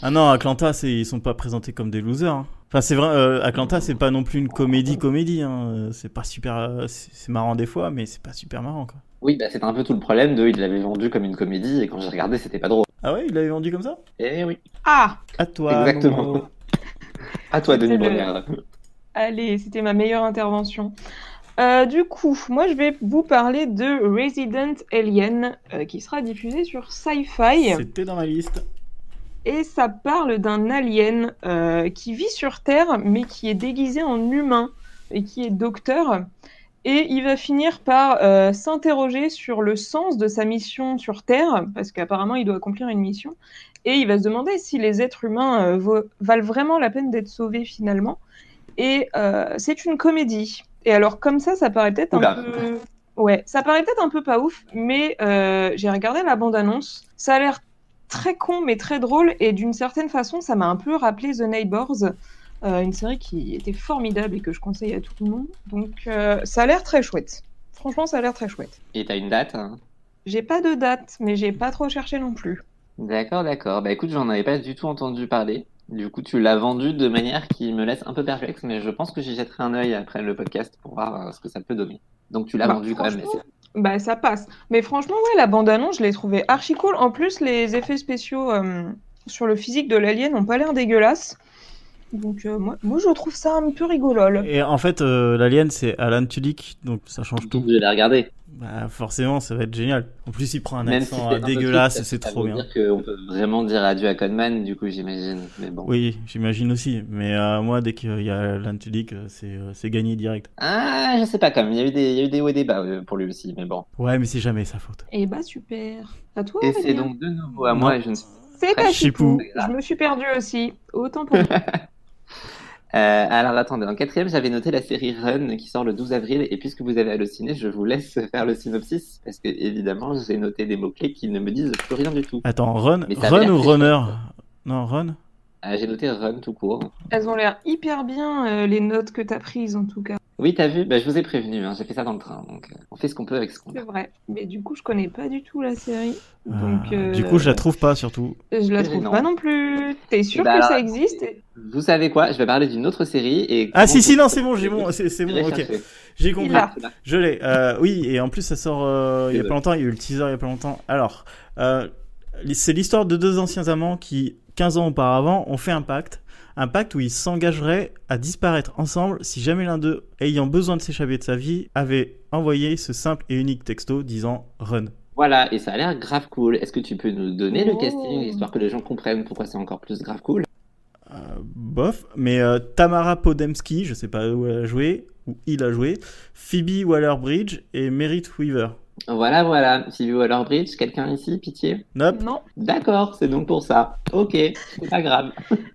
S1: Ah non, Atlanta, c'est ils sont pas présentés comme des losers. hein. Enfin, c'est vrai, euh, Atlanta, c'est pas non plus une comédie-comédie. hein. Euh, C'est pas super. euh, c'est c'est marrant des fois, mais c'est pas super marrant, quoi.
S3: Oui, bah, c'était un peu tout le problème de. Ils l'avaient vendu comme une comédie, et quand j'ai regardé, c'était pas drôle.
S1: Ah ouais, il l'avait vendu comme ça
S3: Eh oui.
S2: Ah
S1: À toi.
S3: Exactement.
S1: Momo.
S3: À toi, Denis
S2: C'est le-
S3: Brogniard.
S2: Allez, c'était ma meilleure intervention. Euh, du coup, moi je vais vous parler de Resident Alien euh, qui sera diffusé sur Sci-Fi.
S1: C'était dans ma liste.
S2: Et ça parle d'un alien euh, qui vit sur Terre, mais qui est déguisé en humain et qui est docteur. Et il va finir par euh, s'interroger sur le sens de sa mission sur Terre, parce qu'apparemment il doit accomplir une mission. Et il va se demander si les êtres humains euh, vaut- valent vraiment la peine d'être sauvés finalement. Et euh, c'est une comédie. Et alors comme ça, ça paraît peut-être
S3: Oula.
S2: un peu... Ouais, ça paraît peut-être un peu pas ouf, mais euh, j'ai regardé la bande-annonce. Ça a l'air très con mais très drôle et d'une certaine façon ça m'a un peu rappelé The Neighbors, euh, une série qui était formidable et que je conseille à tout le monde. Donc euh, ça a l'air très chouette. Franchement ça a l'air très chouette.
S3: Et t'as une date hein
S2: J'ai pas de date mais j'ai pas trop cherché non plus.
S3: D'accord, d'accord. Bah écoute, j'en avais pas du tout entendu parler. Du coup, tu l'as vendu de manière qui me laisse un peu perplexe, mais je pense que j'y jetterai un œil après le podcast pour voir euh, ce que ça peut donner. Donc tu l'as
S2: Bah,
S3: vendu quand même. mais
S2: franchement,
S3: c'est-
S2: Bah ça passe. Mais franchement ouais la bande-annonce je l'ai trouvée archi cool. En plus les effets spéciaux euh, sur le physique de l'alien n'ont pas l'air dégueulasses. Donc euh, moi, moi je trouve ça un peu rigolole.
S1: Et en fait, euh, l'alien, c'est Alan Tudyk, donc ça change tout.
S3: Je l'ai regardé.
S1: Bah, forcément, ça va être génial. En plus, il prend un
S3: Même si
S1: accent
S3: c'est
S1: euh,
S3: un peu
S1: dégueulasse,
S3: triste,
S1: c'est
S3: ça
S1: trop
S3: veut
S1: bien.
S3: dire qu'on peut vraiment dire adieu à Conman, du coup, j'imagine. Mais bon.
S1: Oui, j'imagine aussi. Mais euh, moi, dès qu'il y a Alan Tudyk, euh, c'est euh, c'est gagné direct.
S3: Ah, je sais pas quand même. Il y a eu des, il y a eu des hauts et des bas euh, pour lui aussi, mais bon.
S1: Ouais, mais c'est jamais sa faute.
S2: Et bah super. À toi.
S3: Et c'est
S2: Aurélien.
S3: donc de nouveau à moi.
S1: Non.
S3: et Je ne... sais-
S2: C'est
S3: Très
S2: à
S1: chipou.
S2: Chipou. Je me suis perdue aussi. Autant pour
S3: Euh, alors attendez, en quatrième, j'avais noté la série Run qui sort le 12 avril. Et puisque vous avez halluciné, je vous laisse faire le synopsis parce que évidemment, j'ai noté des mots-clés qui ne me disent plus rien du tout.
S1: Attends, run,
S3: Mais ça
S1: run
S3: avait l'air hein.
S1: ou
S3: très
S1: runner Non, run
S3: Euh, j'ai noté Run tout court.
S2: Elles ont l'air hyper bien, euh, les notes que t'as prises en tout cas.
S3: Oui, t'as vu? Bah, je vous ai prévenu, hein, j'ai fait ça dans le train. Donc, euh, on fait ce qu'on peut avec ce qu'on
S2: C'est
S3: a.
S2: vrai. Mais du coup, je connais pas du tout la série.
S1: Euh,
S2: Donc, euh,
S1: Du coup, je la trouve pas surtout.
S2: je la
S3: c'est
S2: trouve
S3: gênant.
S2: pas non plus. T'es sûr
S3: hein. Bah,
S2: que
S3: alors,
S2: ça existe
S3: Vous savez quoi? Je vais parler d'une autre série et.
S1: Ah, si, si, non, c'est bon, j'ai bon, c'est c'est bon, ok. J'ai compris.
S2: l'a.
S1: Je l'ai. Euh, oui, et en plus, ça sort euh, il y a
S3: Désolé.
S1: pas longtemps. Il y a eu le teaser il y a pas longtemps. Alors, euh, c'est l'histoire de deux anciens amants qui, 15 ans auparavant, ont fait un pacte. Un pacte où ils s'engageraient à disparaître ensemble si jamais l'un d'eux, ayant besoin de s'échapper de sa vie, avait envoyé ce simple et unique texto disant Run.
S3: Voilà, et ça a l'air grave cool. Est-ce que tu peux nous donner le
S2: Oh.
S3: casting, histoire que les gens comprennent pourquoi c'est encore plus grave cool?
S1: Euh, bof. Mais euh, Tamara Podemski, je sais pas où elle a joué, où il a joué, Phoebe Waller-Bridge et Merritt Weaver.
S3: Voilà, voilà. Sylvie Waller-Bridge, quelqu'un ici, pitié?
S1: Nope.
S2: Non.
S3: D'accord, c'est donc pour ça. Ok, c'est pas grave.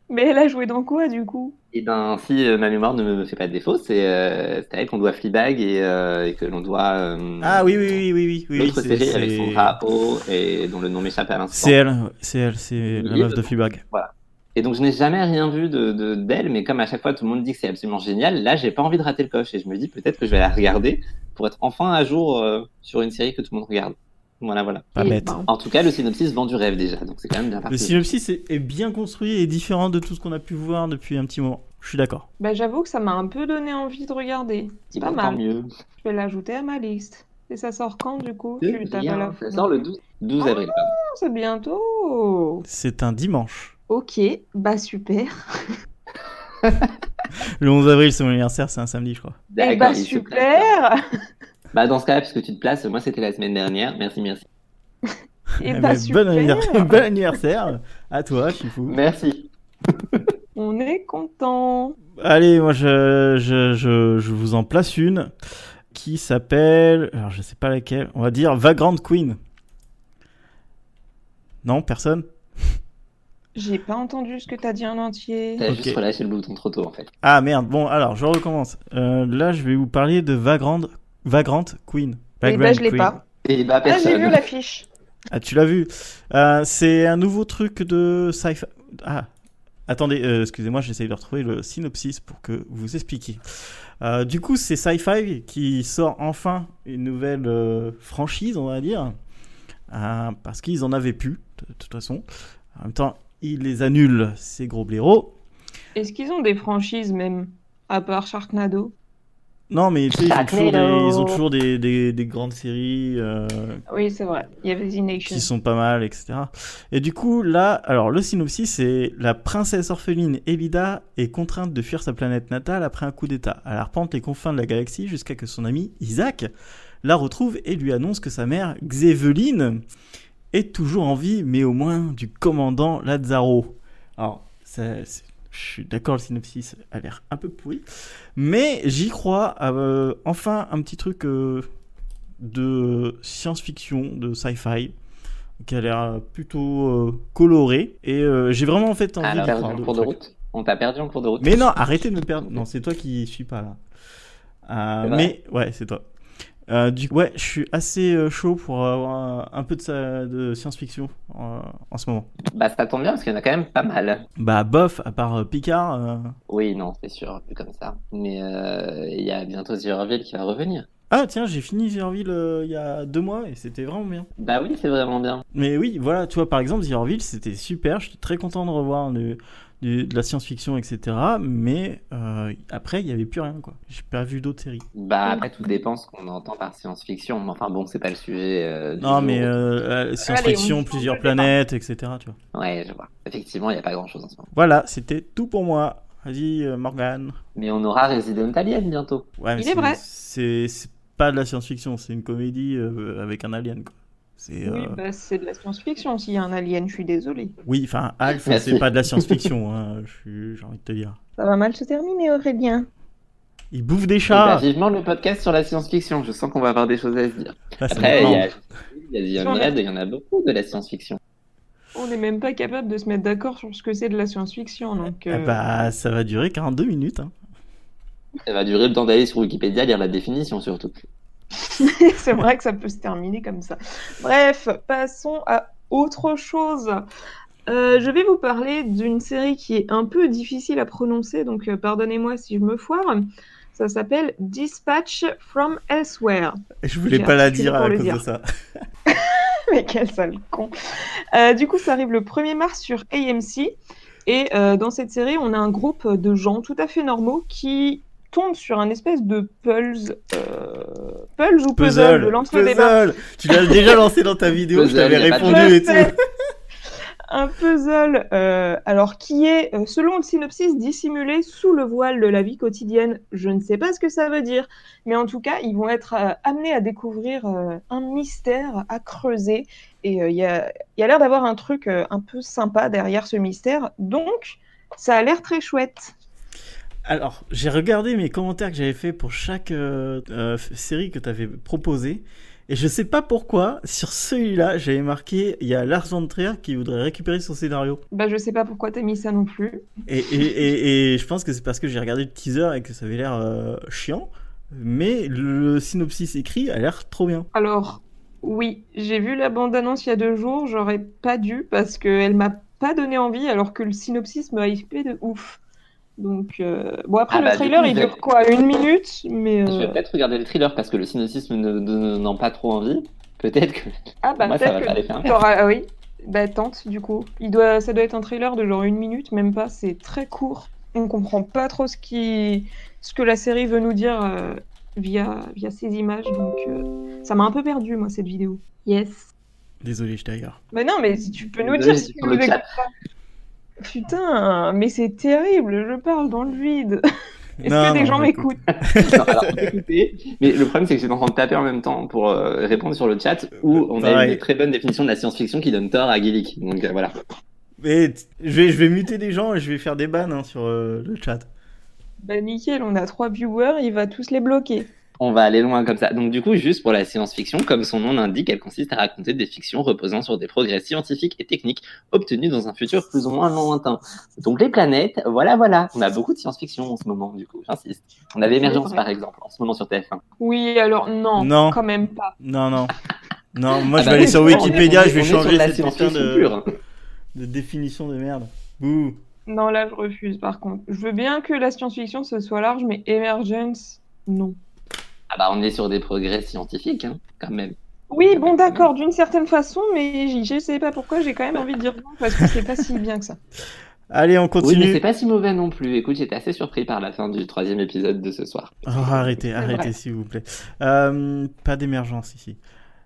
S2: Mais elle a joué dans quoi du coup
S3: Et ben, si euh, ma mémoire ne me fait pas de défaut, c'est euh, c'est à elle qu'on doit Fleabag et, euh, et que l'on doit. euh,
S1: Ah oui, oui, oui, oui, oui. oui,
S3: L'autre
S1: c'est-
S3: série avec
S1: c'est-
S3: Sandra Oh et dont le nom m'échappe à l'instant.
S1: C'est elle, c'est elle, c'est la
S3: Oui,
S1: meuf
S3: bah
S1: de
S3: non.
S1: Fleabag.
S3: Et donc je n'ai jamais rien vu de de- d'elle, mais comme à chaque fois tout le monde dit que c'est absolument génial, là j'ai pas envie de rater le coche et je me dis peut-être que je vais la regarder pour être enfin à jour euh, sur une série que tout le monde regarde. Voilà, voilà.
S1: Pas
S2: Et,
S1: bête.
S2: ben,
S3: En tout cas, le synopsis vend du rêve déjà, donc c'est quand même bien
S1: Le
S3: parti.
S1: synopsis est, est bien construit et différent de tout ce qu'on a pu voir depuis un petit moment. Je suis d'accord.
S2: bah, J'avoue que ça m'a un peu donné envie de regarder. C'est
S3: Il
S2: pas
S3: est encore
S2: mal.
S3: mieux.
S2: Je vais l'ajouter à ma liste. Et ça sort quand du coup
S3: C'est
S2: Tu t'as
S3: bien.
S2: pas la
S3: Ça sort le 12, 12 avril. pardon.
S2: Non, C'est bientôt.
S1: C'est un dimanche.
S2: Ok, bah super.
S1: Le 11 avril, c'est mon anniversaire, c'est un samedi, je crois.
S2: Eh
S3: D'accord,
S2: bah
S3: il se place.
S2: super
S3: Bah dans ce cas-là, puisque tu te places, moi c'était la semaine dernière. Merci, merci.
S2: Et
S1: Eh
S2: bah
S1: ben, bon,
S2: super
S1: anniversaire, bon anniversaire à toi, Chifou.
S3: Merci.
S2: On est content.
S1: Allez, moi je, je, je, je vous en place une qui s'appelle. Alors je sais pas laquelle, on va dire Vagrant Queen. Non, personne
S2: J'ai pas entendu ce que t'as dit en entier.
S3: T'as
S1: Ok.
S3: juste relâché le bouton trop tôt en fait.
S1: Ah merde, bon alors je recommence. Euh, là je vais vous parler de Vagrant, Vagrant Queen.
S2: Eh ben,
S1: Vagrant
S2: je l'ai
S1: Queen.
S2: pas.
S3: Et bah
S2: Ah, j'ai
S3: personne.
S2: vu l'affiche.
S1: Ah tu l'as vu. Euh, c'est un nouveau truc de sci-fi. Ah, Attendez, euh, excusez-moi, j'essaye de retrouver le synopsis pour que vous expliquiez. Euh, du coup, c'est Sci-Fi qui sort enfin une nouvelle euh, franchise, on va dire, euh, parce qu'ils en avaient pu, de toute façon. En même temps, ils les annulent, ces gros blaireaux.
S2: Est-ce qu'ils ont des franchises même, à part Sharknado
S1: Non, mais tu sais, ils ont toujours des,
S4: Sharknado.
S1: ils ont toujours des, des- des grandes séries euh,
S2: Oui, c'est vrai. Il y avait The Nation.
S1: qui sont pas mal, etc. Et du coup, là, alors le synopsis, c'est la princesse orpheline Elida est contrainte de fuir sa planète natale après un coup d'État. Elle arpente les confins de la galaxie jusqu'à que son ami Isaac la retrouve et lui annonce que sa mère Xéveline est toujours en vie, mais au moins du commandant Lazaro. Alors, ça, c'est- je suis d'accord, le synopsis a l'air un peu pourri, mais j'y crois. euh, enfin, un petit truc euh, de science-fiction, de sci-fi qui a l'air plutôt euh, coloré et euh, j'ai vraiment en fait envie
S3: Alors,
S1: d'y
S3: perdu
S1: croire,
S3: en
S1: le
S3: cours de
S1: truc.
S3: route Ah, On t'a perdu en cours de route
S1: Mais non, ah. arrêtez de me perdre. Non, c'est toi qui suis pas là. Euh,
S3: C'est
S1: mais ouais, c'est toi. Euh, du ouais, je suis assez euh, chaud pour avoir un, un peu de, sa- de science-fiction euh, en ce moment.
S3: Bah, ça tombe bien parce qu'il y en a quand même pas mal.
S1: Bah bof, à part euh, Picard, euh,
S3: Oui, non, c'est sûr, plus comme ça. Mais euh, il y a bientôt The Orville qui va revenir.
S1: ah tiens, j'ai fini Zierville euh, il y a deux mois et c'était vraiment bien.
S3: Bah oui, c'est vraiment bien.
S1: Mais oui, voilà, tu vois, par exemple, The Orville, c'était super, j'étais très content de revoir du- du- de la science-fiction, etc. Mais euh, après, il n'y avait plus rien, quoi. J'ai pas vu d'autres séries.
S3: Bah après, tout dépend ce qu'on entend par science-fiction. Mais Enfin bon, c'est pas le sujet. euh, du
S1: Non,
S3: jour.
S1: mais euh, euh, science-fiction,
S2: change de
S1: plusieurs
S2: débat.
S1: planètes, etc. Tu vois.
S3: Ouais, je vois. Effectivement, il n'y a pas grand-chose en ce moment.
S1: Voilà, c'était tout pour moi. Vas-y, euh, Morgane.
S3: Mais on aura Resident Alien bientôt.
S1: Ouais, mais
S2: Il est
S1: c'est-
S2: vrai.
S1: C'est c'est pas de la science-fiction, c'est une comédie euh, avec un alien, quoi. C'est,
S2: Oui,
S1: euh,
S2: bah, c'est de la science-fiction. S'il y a un alien, je suis désolée.
S1: Oui, enfin, Alf,
S3: Merci.
S1: c'est pas de la science-fiction, hein, je suis- j'ai envie de te dire.
S2: Ça va mal se terminer, Aurélien.
S1: Il bouffe des
S3: Et bah,
S1: chats
S3: vivement le podcast sur la science-fiction. Je sens qu'on va avoir des choses à se dire.
S1: Ah, ça me
S3: Après, il y
S1: manque.
S3: a, il y a The Unread, il y en a beaucoup de la science-fiction.
S2: On n'est même pas capable de se mettre d'accord sur ce que c'est de la science-fiction. Donc,
S1: Ah
S2: euh,
S1: bah, ça va durer 42 minutes. hein.
S3: Ça va durer le temps d'aller sur Wikipédia, lire la définition surtout.
S2: c'est vrai que ça peut se terminer comme ça. Bref, passons à autre chose. Euh, je vais vous parler d'une série qui est un peu difficile à prononcer, donc euh, pardonnez-moi si je me foire. Ça s'appelle Dispatch from Elsewhere.
S1: Je voulais
S2: J'ai
S1: pas la
S2: articulé
S1: dire
S2: pour
S1: à
S2: le
S1: cause de
S2: dire.
S1: ça.
S2: Mais quel sale con. Euh, du coup, ça arrive le 1er mars sur AMC. Et euh, dans cette série, on a un groupe de gens tout à fait normaux qui tombent sur un espèce de puzzle, euh, puzzle ou puzzle,
S1: Puzzle,
S2: je lance
S1: puzzle.
S2: le débat.
S1: Tu l'as déjà lancé dans ta vidéo,
S3: Puzzle,
S1: je t'avais
S3: y a pas de
S1: répondu et
S2: Je sais.
S1: tout.
S2: Un puzzle, euh, alors qui est, euh, selon le synopsis, dissimulé sous le voile de la vie quotidienne. Je ne sais pas ce que ça veut dire, mais en tout cas, ils vont être euh, amenés à découvrir euh, un mystère à creuser. Et euh, il y a, il y a l'air d'avoir un truc euh, un peu sympa derrière ce mystère. Donc, ça a l'air très chouette.
S1: Alors, j'ai regardé mes commentaires que j'avais fait pour chaque euh, euh, f- série que t'avais proposée. Et je sais pas pourquoi, sur celui-là, j'avais marqué il y a Lars von Trier qui voudrait récupérer son scénario.
S2: Bah, je sais pas pourquoi t'as mis ça non plus.
S1: Et, et, et, et je pense que c'est parce que j'ai regardé le teaser et que ça avait l'air euh, chiant. Mais le synopsis écrit a l'air trop bien.
S2: Alors, oui, j'ai vu la bande-annonce il y a deux jours, j'aurais pas dû parce qu'elle m'a pas donné envie alors que le synopsis m'a hypé de ouf. Donc, euh, bon, après
S3: Ah
S2: le
S3: bah, du
S2: trailer,
S3: coup,
S2: il
S3: je vais-
S2: dure quoi Une minute Mais.
S3: Je vais
S2: euh,
S3: peut-être regarder le thriller parce que le synopsisme ne- ne- n'en pas trop envie. Peut-être que
S2: Ah bah,
S3: moi ça va
S2: peut-être
S3: faire
S2: que.
S3: l'effet inverse.
S2: t'auras- Ah oui, bah, tente du coup. Il doit... Ça doit être un trailer de genre une minute, même pas, c'est très court. On comprend pas trop ce, qui... ce que la série veut nous dire euh, via... via ces images, donc euh, ça m'a un peu perdu, moi, cette vidéo. Yes.
S1: Désolé, j'étais ailleurs.
S2: Mais non, mais si tu peux nous
S3: Désolé,
S2: dire
S3: j'ai
S2: si
S3: dit
S2: tu
S3: pour
S2: nous
S3: le clap.
S2: écoutes pas. Putain, mais c'est terrible, je parle dans le vide. Est-ce
S1: Non,
S2: que des
S1: non,
S2: gens
S1: bah, écoute.
S2: m'écoutent
S3: Non, alors, écoutez, mais le problème c'est que j'étais en train de taper en même temps pour euh, répondre sur le chat où on a
S1: Pareil.
S3: une très bonne définition de la science-fiction qui donne tort à Gillick. Donc euh, voilà.
S1: Mais t- je vais, je vais muter des gens et je vais faire des bannes hein, sur euh, le chat.
S2: Bah nickel, on a trois viewers, il va tous les bloquer.
S3: On va aller loin comme ça. Donc du coup, juste pour la science-fiction, comme son nom l'indique, elle consiste à raconter des fictions reposant sur des progrès scientifiques et techniques obtenus dans un futur plus ou moins lointain. Donc les planètes, voilà, voilà. On a beaucoup de science-fiction en ce moment, du coup, j'insiste. On avait Émergence,
S2: vrai.
S3: par exemple, en ce moment sur TF1.
S2: Oui, alors non,
S1: Non.
S2: quand même pas.
S1: Non, non. Non, moi
S3: Ah
S1: je
S3: bah
S1: vais aller
S3: oui,
S1: sur
S3: on est-
S1: Wikipédia,
S3: on est-
S1: je vais
S3: on est sur
S1: changer
S3: de la
S1: cette putain
S3: science-fiction
S1: de,
S3: pure.
S1: de définition de merde. Bouh.
S2: Non, là, je refuse, par contre. Je veux bien que la science-fiction, ce soit large, mais Emergence, non.
S3: Ah bah on est sur des progrès scientifiques, hein, quand même.
S2: Oui, bon, d'accord, d'une certaine façon, mais j- je sais pas pourquoi, j'ai quand même envie de dire non, parce que c'est pas si bien que ça.
S1: Allez, on
S3: Oui, mais
S1: continue.
S3: c'est pas si mauvais non plus. Écoute, j'étais assez surpris par la fin du troisième épisode de ce soir.
S1: Oh, arrêtez, arrêtez,
S2: vrai.
S1: s'il vous plaît. Euh, pas d'émergence ici.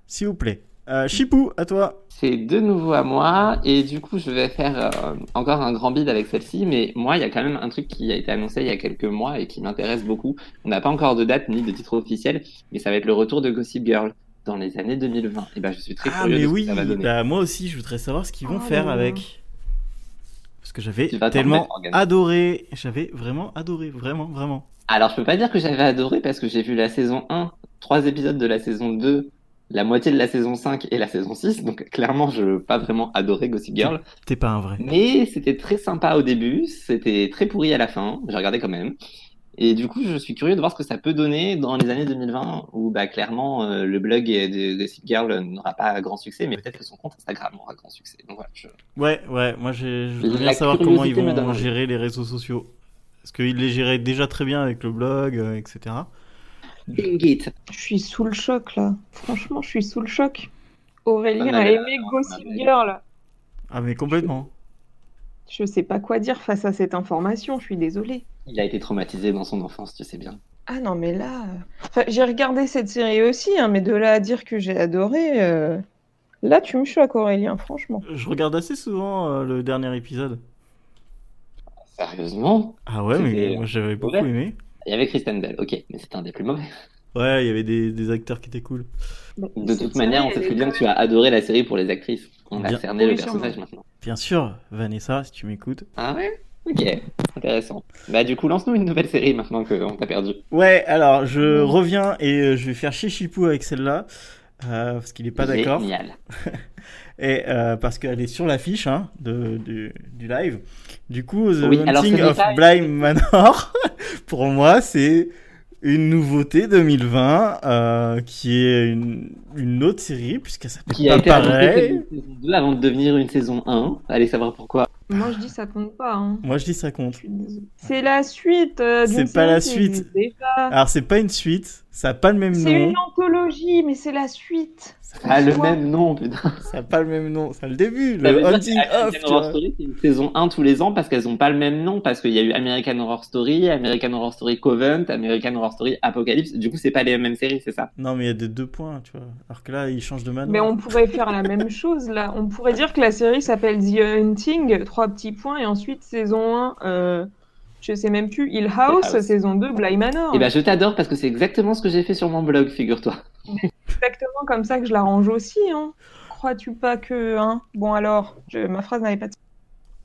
S1: S'il vous plaît. Euh, Chipou, à toi.
S3: C'est de nouveau à moi, et du coup, je vais faire euh, encore un grand bid avec celle-ci, mais moi, il y a quand même un truc qui a été annoncé il y a quelques mois et qui m'intéresse beaucoup. On n'a pas encore de date ni de titre officiel, mais ça va être le retour de Gossip Girl dans les années 2020. Et ben, je suis très
S1: Ah,
S3: curieux
S1: mais
S3: de ce
S1: oui,
S3: que ça va donner.
S1: bah, moi aussi, je voudrais savoir ce qu'ils vont
S2: Oh
S1: faire
S2: là là.
S1: avec. Parce que j'avais
S3: Tu vas t'en
S1: tellement
S3: remettre, Morgane.
S1: adoré. J'avais vraiment adoré, vraiment, vraiment.
S3: Alors, je peux pas dire que j'avais adoré parce que j'ai vu la saison 1, trois épisodes de la saison 2, la moitié de la saison 5 et la saison 6, donc clairement, je n'ai pas vraiment adoré Gossip Girl.
S1: T'es pas un vrai.
S3: Mais c'était très sympa au début, c'était très pourri à la fin, j'ai regardé quand même. Et du coup, je suis curieux de voir ce que ça peut donner dans les années 2020, où bah, clairement euh, le blog de Gossip Girl n'aura pas grand succès, mais peut-être que son compte Instagram aura grand succès. Donc voilà, je-
S1: Ouais, ouais, moi j'ai- je voudrais
S3: La
S1: bien savoir comment ils
S3: curiosité me donne
S1: vont
S3: envie.
S1: gérer les réseaux sociaux. Parce qu'ils les géraient déjà très bien avec le blog, euh, etc.
S3: Ding it.
S2: Je suis sous le choc, là. Franchement, je suis sous le choc. Aurélie
S3: Pas mal,
S2: a
S3: là,
S2: aimé
S3: non,
S2: Gossip
S3: pas mal.
S2: Girl.
S1: Ah, mais complètement.
S2: Je sais pas quoi dire face à cette information, je suis désolée.
S3: Il a été traumatisé dans son enfance, tu sais bien.
S2: Ah non, mais là. euh, Enfin, j'ai regardé cette série aussi, hein, mais de là à dire que j'ai adoré. euh, Là, tu me choques, Aurélien, franchement.
S1: Je regarde assez souvent euh, le dernier épisode.
S3: Sérieusement
S1: Ah ouais, mais
S3: C'était-
S1: moi j'avais beaucoup
S3: Ouais.
S1: aimé.
S3: Il y avait Kristen Bell, ok, mais c'était un des plus mauvais.
S1: Ouais, il y avait des, des acteurs qui étaient cool.
S2: Bah,
S3: De toute manière, on sait très bien que tu as adoré la série pour les actrices. On a
S1: Bien.
S3: cerné le
S2: Oui, sûrement.
S3: personnage maintenant.
S1: Bien sûr, Vanessa, si tu m'écoutes.
S3: Ah ouais Ok, intéressant. Bah du coup, lance-nous une nouvelle série maintenant qu'on t'a perdu.
S1: Ouais, alors je
S2: Mm.
S1: reviens et euh, je vais faire chier Chipou avec celle-là. euh, parce qu'il est pas d'accord.
S3: Génial.
S1: Et euh, parce qu'elle est sur l'affiche hein, de, du, du live. Du coup, The
S3: Oui, alors ce
S1: Haunting
S3: n'est
S1: of
S3: pas-
S1: Bly Manor, pour moi, c'est une nouveauté 2020 euh, qui est une, une autre série, puisqu'elle s'appelle
S3: Qui a
S1: pas
S3: été annoncé
S1: pareil.
S3: comme une saison 2 avant de devenir une saison 1. Allez savoir pourquoi.
S2: Moi, je dis ça compte pas. hein.
S1: Moi, je dis ça compte.
S2: Je suis désolée. C'est la suite. euh, d'une
S1: C'est pas la
S2: série qui
S1: suite.
S2: existe déjà.
S1: Alors, c'est pas une suite, ça a pas le même
S2: Ah. C'est
S1: nom.
S2: une anthologie, mais c'est la suite.
S3: Ah, le
S2: Pourquoi
S3: même nom, putain.
S1: Ça a pas le même nom, ça a le début,
S3: Ça veut
S1: le Haunting
S3: dire qu'American
S1: of. tu
S3: Horror
S1: vois.
S3: Story, c'est une saison 1 tous les ans parce qu'elles n'ont pas le même nom. Parce qu'il y a eu American Horror Story, American Horror Story Covent, American Horror Story Apocalypse. Du coup, c'est pas les mêmes séries, c'est ça
S1: Non, mais il y a des deux points, tu vois. Alors que là, il change de
S2: Mais
S1: manoir.
S2: on pourrait faire la même chose là. On pourrait dire que la série s'appelle The Hunting, trois petits points, et ensuite saison 1, euh, je sais même plus, Hill House,
S3: Hill House.
S2: saison 2, Bly Manor.
S3: Et bah, je t'adore parce que c'est exactement ce que j'ai fait sur mon blog, figure-toi.
S2: C'est exactement comme ça que je l'arrange aussi. Hein. Crois-tu pas que. Hein bon alors, je- ma phrase n'avait pas de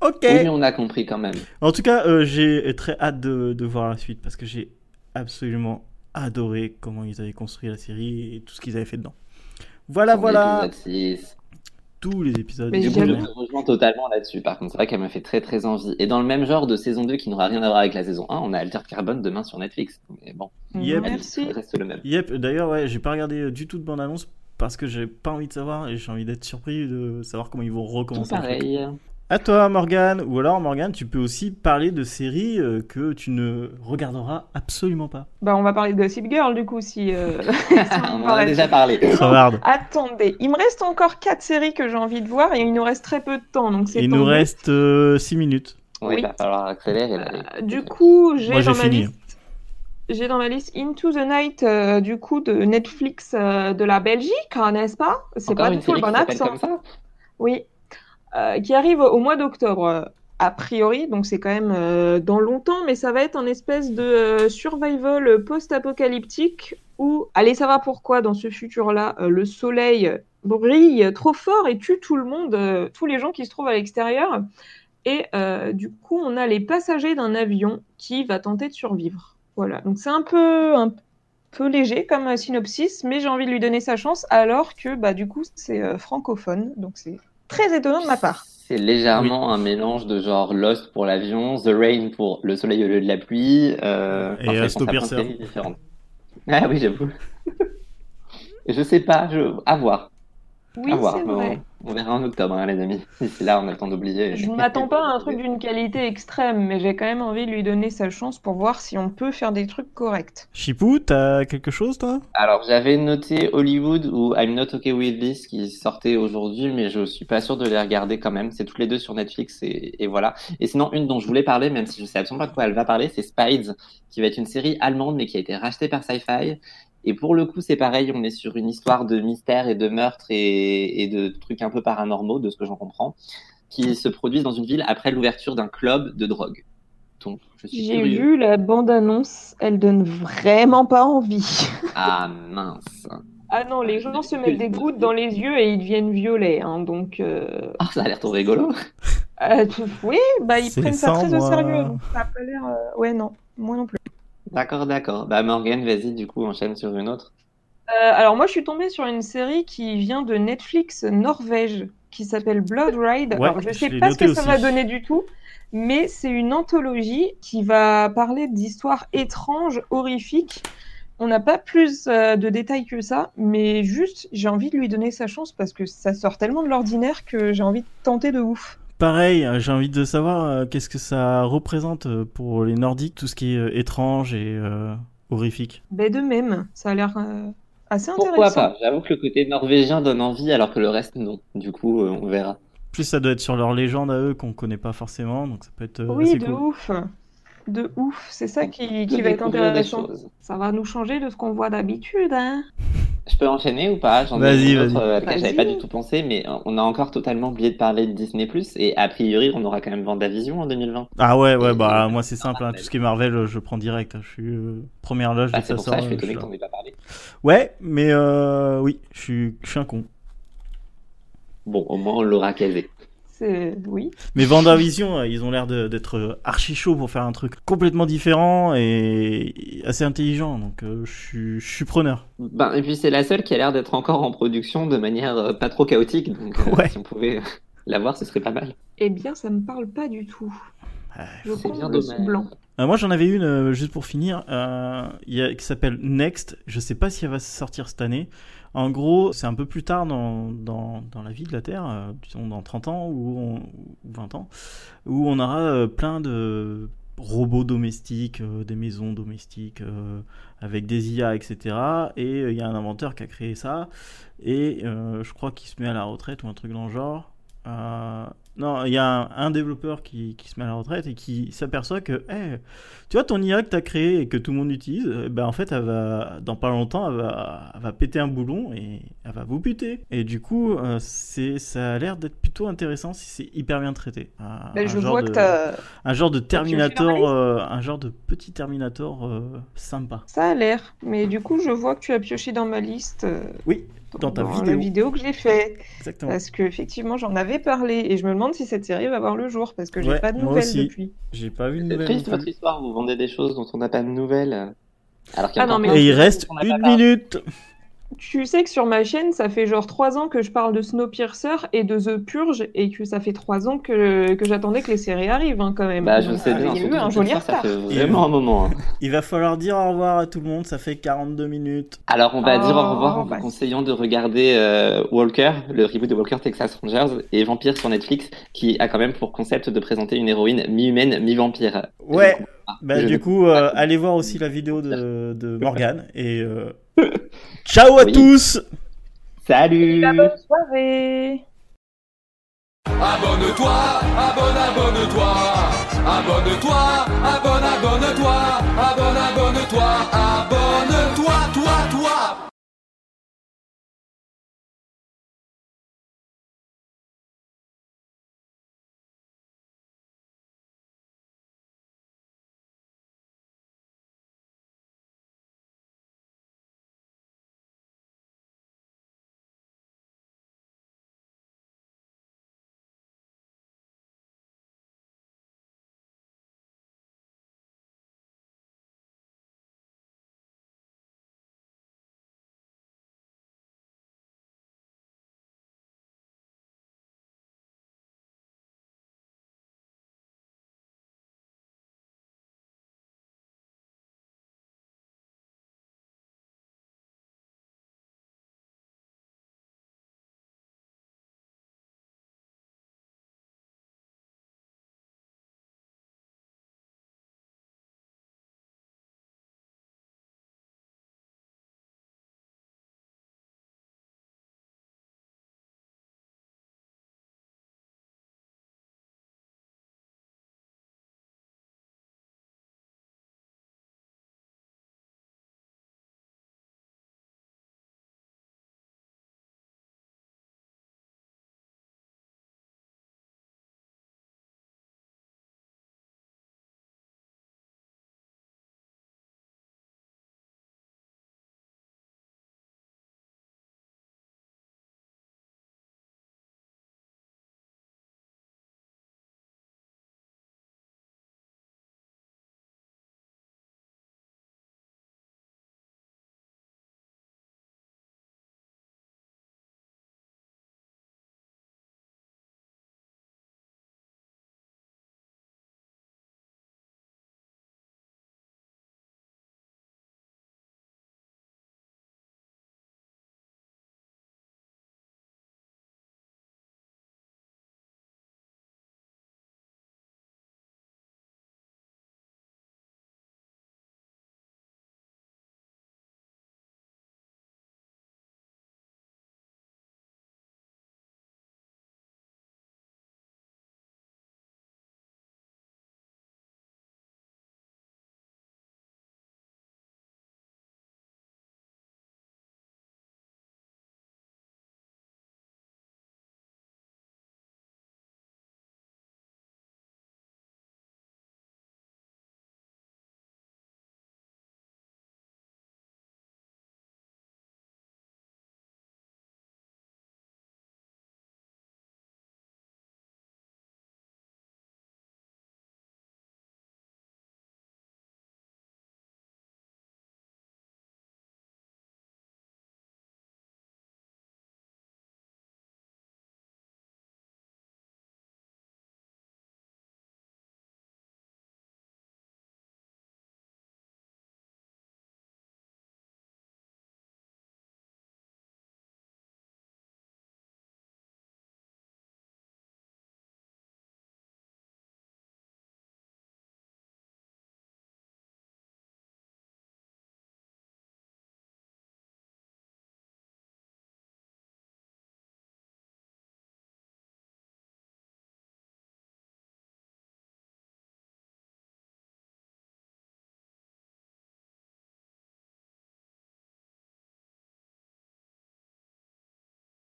S1: Ok.
S3: Oui, mais on a compris quand même.
S1: En tout cas, euh, j'ai très hâte de, de voir la suite parce que j'ai absolument adoré comment ils avaient construit la série et tout ce qu'ils avaient fait dedans. Voilà,
S3: Sur
S1: voilà,
S3: l'épisode 6.
S1: tous les épisodes.
S2: Mais
S3: Du
S1: du
S3: coup, je
S1: journal.
S2: j'avoue.
S3: te rejoins totalement là-dessus. Par contre, c'est vrai qu'elle m'a fait très très envie. Et dans le même genre de saison 2 qui n'aura rien à voir avec la saison 1, on a Alter Carbone demain sur Netflix. Mais bon,
S1: Yep.
S2: Merci.
S3: elle reste le même.
S1: Yep, d'ailleurs, ouais, j'ai pas regardé euh, du tout de bande-annonce parce que j'ai pas envie de savoir et j'ai envie d'être surpris de savoir comment ils vont
S3: Tout
S1: recommencer. le truc.
S3: pareil.
S1: À toi, Morgane, ou alors Morgane, tu peux aussi parler de séries euh, que tu ne regarderas absolument pas.
S2: Bah, on va parler de Gossip Girl du coup si. euh, si
S3: Ah, on en a
S2: parle.
S3: déjà parlé.
S1: Regarde,
S2: Attendez, il me reste encore quatre séries que j'ai envie de voir et il nous reste très peu de temps. Donc c'est
S1: il
S2: tant
S1: nous
S2: mieux.
S1: reste 6 minutes.
S3: Oui,
S2: Oui.
S3: il va falloir accélérer là.
S2: Euh, Du coup,
S1: Moi,
S2: j'ai
S1: j'ai
S2: dans ma
S1: fini.
S2: liste. J'ai dans ma liste Into the Night, euh, du coup, de Netflix euh, de la Belgique, hein, n'est-ce pas C'est
S3: Encore
S2: pas
S3: une
S2: du tout
S3: série
S2: le
S3: qui
S2: bon
S3: s'appelle
S2: accent.
S3: comme ça
S2: Oui. Euh, qui arrive au mois d'octobre, euh, a priori, donc c'est quand même euh, dans longtemps, mais ça va être un espèce de euh, survival post-apocalyptique où, allez savoir pourquoi, dans ce futur-là, euh, le soleil brille trop fort et tue tout le monde, euh, tous les gens qui se trouvent à l'extérieur. Et euh, du coup, on a les passagers d'un avion qui va tenter de survivre. Voilà, donc c'est un peu, un peu léger comme euh, synopsis, mais j'ai envie de lui donner sa chance, alors que bah, du coup, c'est euh, francophone, donc c'est très étonnant de ma part.
S3: C'est légèrement un mélange de genre Lost pour l'avion, The Rain pour le soleil au lieu de la pluie. euh,
S1: Et
S3: enfin, je pense
S1: Astro
S3: à plein de
S1: Piercer.
S3: séries différentes. Ah oui, j'avoue. je sais pas, je... à voir.
S2: Oui,
S3: à voir.
S2: c'est
S3: mais
S2: vrai.
S3: on- On verra en octobre, hein, les amis. D'ici là, on a le temps d'oublier.
S2: Je m'attends pas à un truc d'une qualité extrême, mais j'ai quand même envie de lui donner sa chance pour voir si on peut faire des trucs corrects.
S1: Chipou, t'as quelque chose, toi
S3: Alors, j'avais noté Hollywood ou I'm Not Okay With This qui sortait aujourd'hui, mais je suis pas sûr de les regarder quand même. C'est toutes les deux sur Netflix et, et voilà. Et sinon, une dont je voulais parler, même si je sais absolument pas de quoi elle va parler, c'est Spides, qui va être une série allemande mais qui a été rachetée par Sci-Fi et pour le coup, c'est pareil, on est sur une histoire de mystère et de meurtre et, et de trucs un peu paranormaux, de ce que j'en comprends, qui se produisent dans une ville après l'ouverture d'un club de drogue. Donc, je suis
S2: J'ai
S3: curieux.
S2: vu la bande-annonce, elle donne vraiment pas envie.
S3: Ah mince.
S2: Ah non, les gens se mettent des gouttes dans les yeux et ils deviennent violets, hein, donc... euh,
S3: Ah, ça a l'air trop rigolo.
S2: euh, pff, oui, bah ils
S1: C'est
S2: prennent ça très au
S1: sombre,
S2: sérieux,
S1: euh.
S2: donc ça a pas l'air... euh, Ouais, non, moi non plus.
S3: D'accord, d'accord. Bah Morgan, vas-y, du coup, enchaîne sur une autre.
S2: Euh, alors moi, je suis tombée sur une série qui vient de Netflix Norvège, qui s'appelle Blood Ride.
S1: Ouais,
S2: alors je ne
S1: je
S2: sais
S1: l'ai
S2: pas ce
S1: noté
S2: que ça va
S1: aussi.
S2: donner du tout, mais c'est une anthologie qui va parler d'histoires étranges, horrifiques. On n'a pas plus euh, de détails que ça, mais juste, j'ai envie de lui donner sa chance parce que ça sort tellement de l'ordinaire que j'ai envie de tenter de ouf.
S1: Pareil, euh, j'ai envie de savoir euh, qu'est-ce que ça représente euh, pour les Nordiques, tout ce qui est euh, étrange et euh, horrifique.
S2: Ben de même, ça a l'air euh, assez
S3: Pourquoi
S2: intéressant.
S3: pas J'avoue que le côté norvégien donne envie, alors que le reste, non. Du coup, euh, on verra.
S1: Plus ça doit être sur leur légende à eux qu'on connaît pas forcément, donc ça peut être euh,
S2: Oui,
S1: assez
S2: de
S1: cool.
S2: ouf. De ouf, c'est ça qui, qui
S3: Je
S2: va être
S3: découvre des
S2: intéressant.
S3: choses.
S2: Ça va nous changer de ce qu'on voit d'habitude, hein
S3: Je peux enchaîner ou pas J'en ai
S1: Vas-y,
S3: une autre
S1: vas-y.
S3: euh, à laquelle
S2: Vas-y.
S3: j'avais pas du tout pensé, mais euh, on a encore totalement oublié de parler de Disney+, et a priori, on aura quand même Vendavision en 2020.
S1: Ah ouais, ouais,
S3: Et-
S1: bah
S2: euh,
S3: et-
S1: moi c'est simple, hein, tout ce qui est Marvel, euh, je prends direct. hein, Je suis euh, première loge
S3: Ah,
S1: dès que
S3: c'est
S1: ça
S3: pour
S1: sort.
S3: ça, je suis
S1: euh, je
S3: étonné
S1: suis
S3: que t'en aies pas parlé.
S1: là. Ouais, mais euh, oui, je suis, je suis un con.
S3: Bon, au moins, on l'aura casé.
S2: C'est... Oui.
S1: Mais Vendavision, euh, ils ont l'air de- d'être euh, archi chauds pour faire un truc complètement différent et et assez intelligent, donc euh, je suis- je suis preneur.
S3: Ben, et puis, c'est la seule qui a l'air d'être encore en production de manière euh, pas trop chaotique, donc euh,
S1: Ouais.
S3: si on pouvait euh, la voir, ce serait pas mal.
S2: Eh bien, ça me parle pas du tout.
S1: Ah,
S2: Je
S3: c'est bien
S2: comble ce
S3: dommage.
S2: blanc.
S1: Euh, moi j'en avais une euh, juste pour finir euh, il y a- qui s'appelle Next. Je sais pas si elle va sortir cette année. En gros, c'est un peu plus tard dans, dans, dans la vie de la Terre, euh, disons dans 30 ans ou, on- ou 20 ans, où on aura euh, plein de robots domestiques, euh, des maisons domestiques euh, avec des IA, etc. Et euh, il y a un inventeur qui a créé ça et euh, je crois qu'il se met à la retraite ou un truc dans le genre. Euh, non, il y a un, un développeur qui, qui se met à la retraite et qui s'aperçoit que, eh, tu vois, ton IA que tu as créé et que tout le monde utilise, eh ben en fait, elle va, dans pas longtemps, elle va, elle va péter un boulon et elle va vous buter. Et du coup, euh, c'est, ça a l'air d'être plutôt intéressant si c'est hyper bien traité. Un,
S2: Ben,
S1: un
S2: je
S1: genre
S2: vois
S1: de-
S2: que t'as...
S1: un genre de
S2: tu veux
S1: Terminator,
S2: parler
S1: euh, un genre de petit Terminator euh, sympa.
S2: ça a l'air. Mais du coup, je vois que tu as pioché dans ma liste. euh,
S1: Oui, Dans ta vidéo.
S2: la vidéo que j'ai fait.
S1: exactement.
S2: Parce que effectivement, j'en avais parlé. Et je me demande si cette série va voir le jour. Parce que j'ai
S1: Ouais,
S2: pas de
S1: moi
S2: nouvelles
S1: aussi.
S2: depuis.
S1: J'ai pas vu de
S3: C'est
S1: nouvelle.
S3: triste,
S1: non plus.
S3: votre histoire, vous vendez des choses dont on n'a pas de nouvelles. euh, Alors qu'il y a
S2: Ah non,
S3: encore
S2: mais-
S3: plein de
S1: Et il
S3: choses
S1: reste
S3: dont on n'a pas
S1: une
S3: parlé.
S1: minute.
S2: Tu sais que sur ma chaîne, ça fait genre trois ans que je parle de Snowpiercer et de The Purge. Et que ça fait trois ans que, que j'attendais que les séries arrivent, hein, quand même.
S3: Bah, je sais
S2: Euh,
S3: bien,
S2: Il y a
S3: surtout
S2: eu un
S3: que
S2: joli
S3: ça, ça
S2: retard.
S3: fait vraiment un moment. hein.
S1: Il va falloir dire au revoir à tout le monde, ça fait 42 minutes.
S3: Alors, on va
S2: Oh,
S3: dire au revoir en
S2: bah,
S3: vous
S2: c'est-
S3: conseillant de regarder euh, Walker, le reboot de Walker Texas Rangers, et Vampire sur Netflix, qui a quand même pour concept de présenter une héroïne mi-humaine, mi-vampire.
S1: Ouais,
S3: Je comprends pas.
S1: bah
S3: Je ne
S1: du coup,
S3: pas
S1: euh,
S3: que-
S1: allez voir aussi la vidéo de, de Morgane. Et euh, ciao à
S3: Oui.
S1: tous
S3: Salut
S2: Bonne soirée.
S4: Abonne-toi, abonne, abonne-toi. Abonne-toi, abonne, abonne-toi. Abonne, abonne-toi, abonne-toi, toi, toi.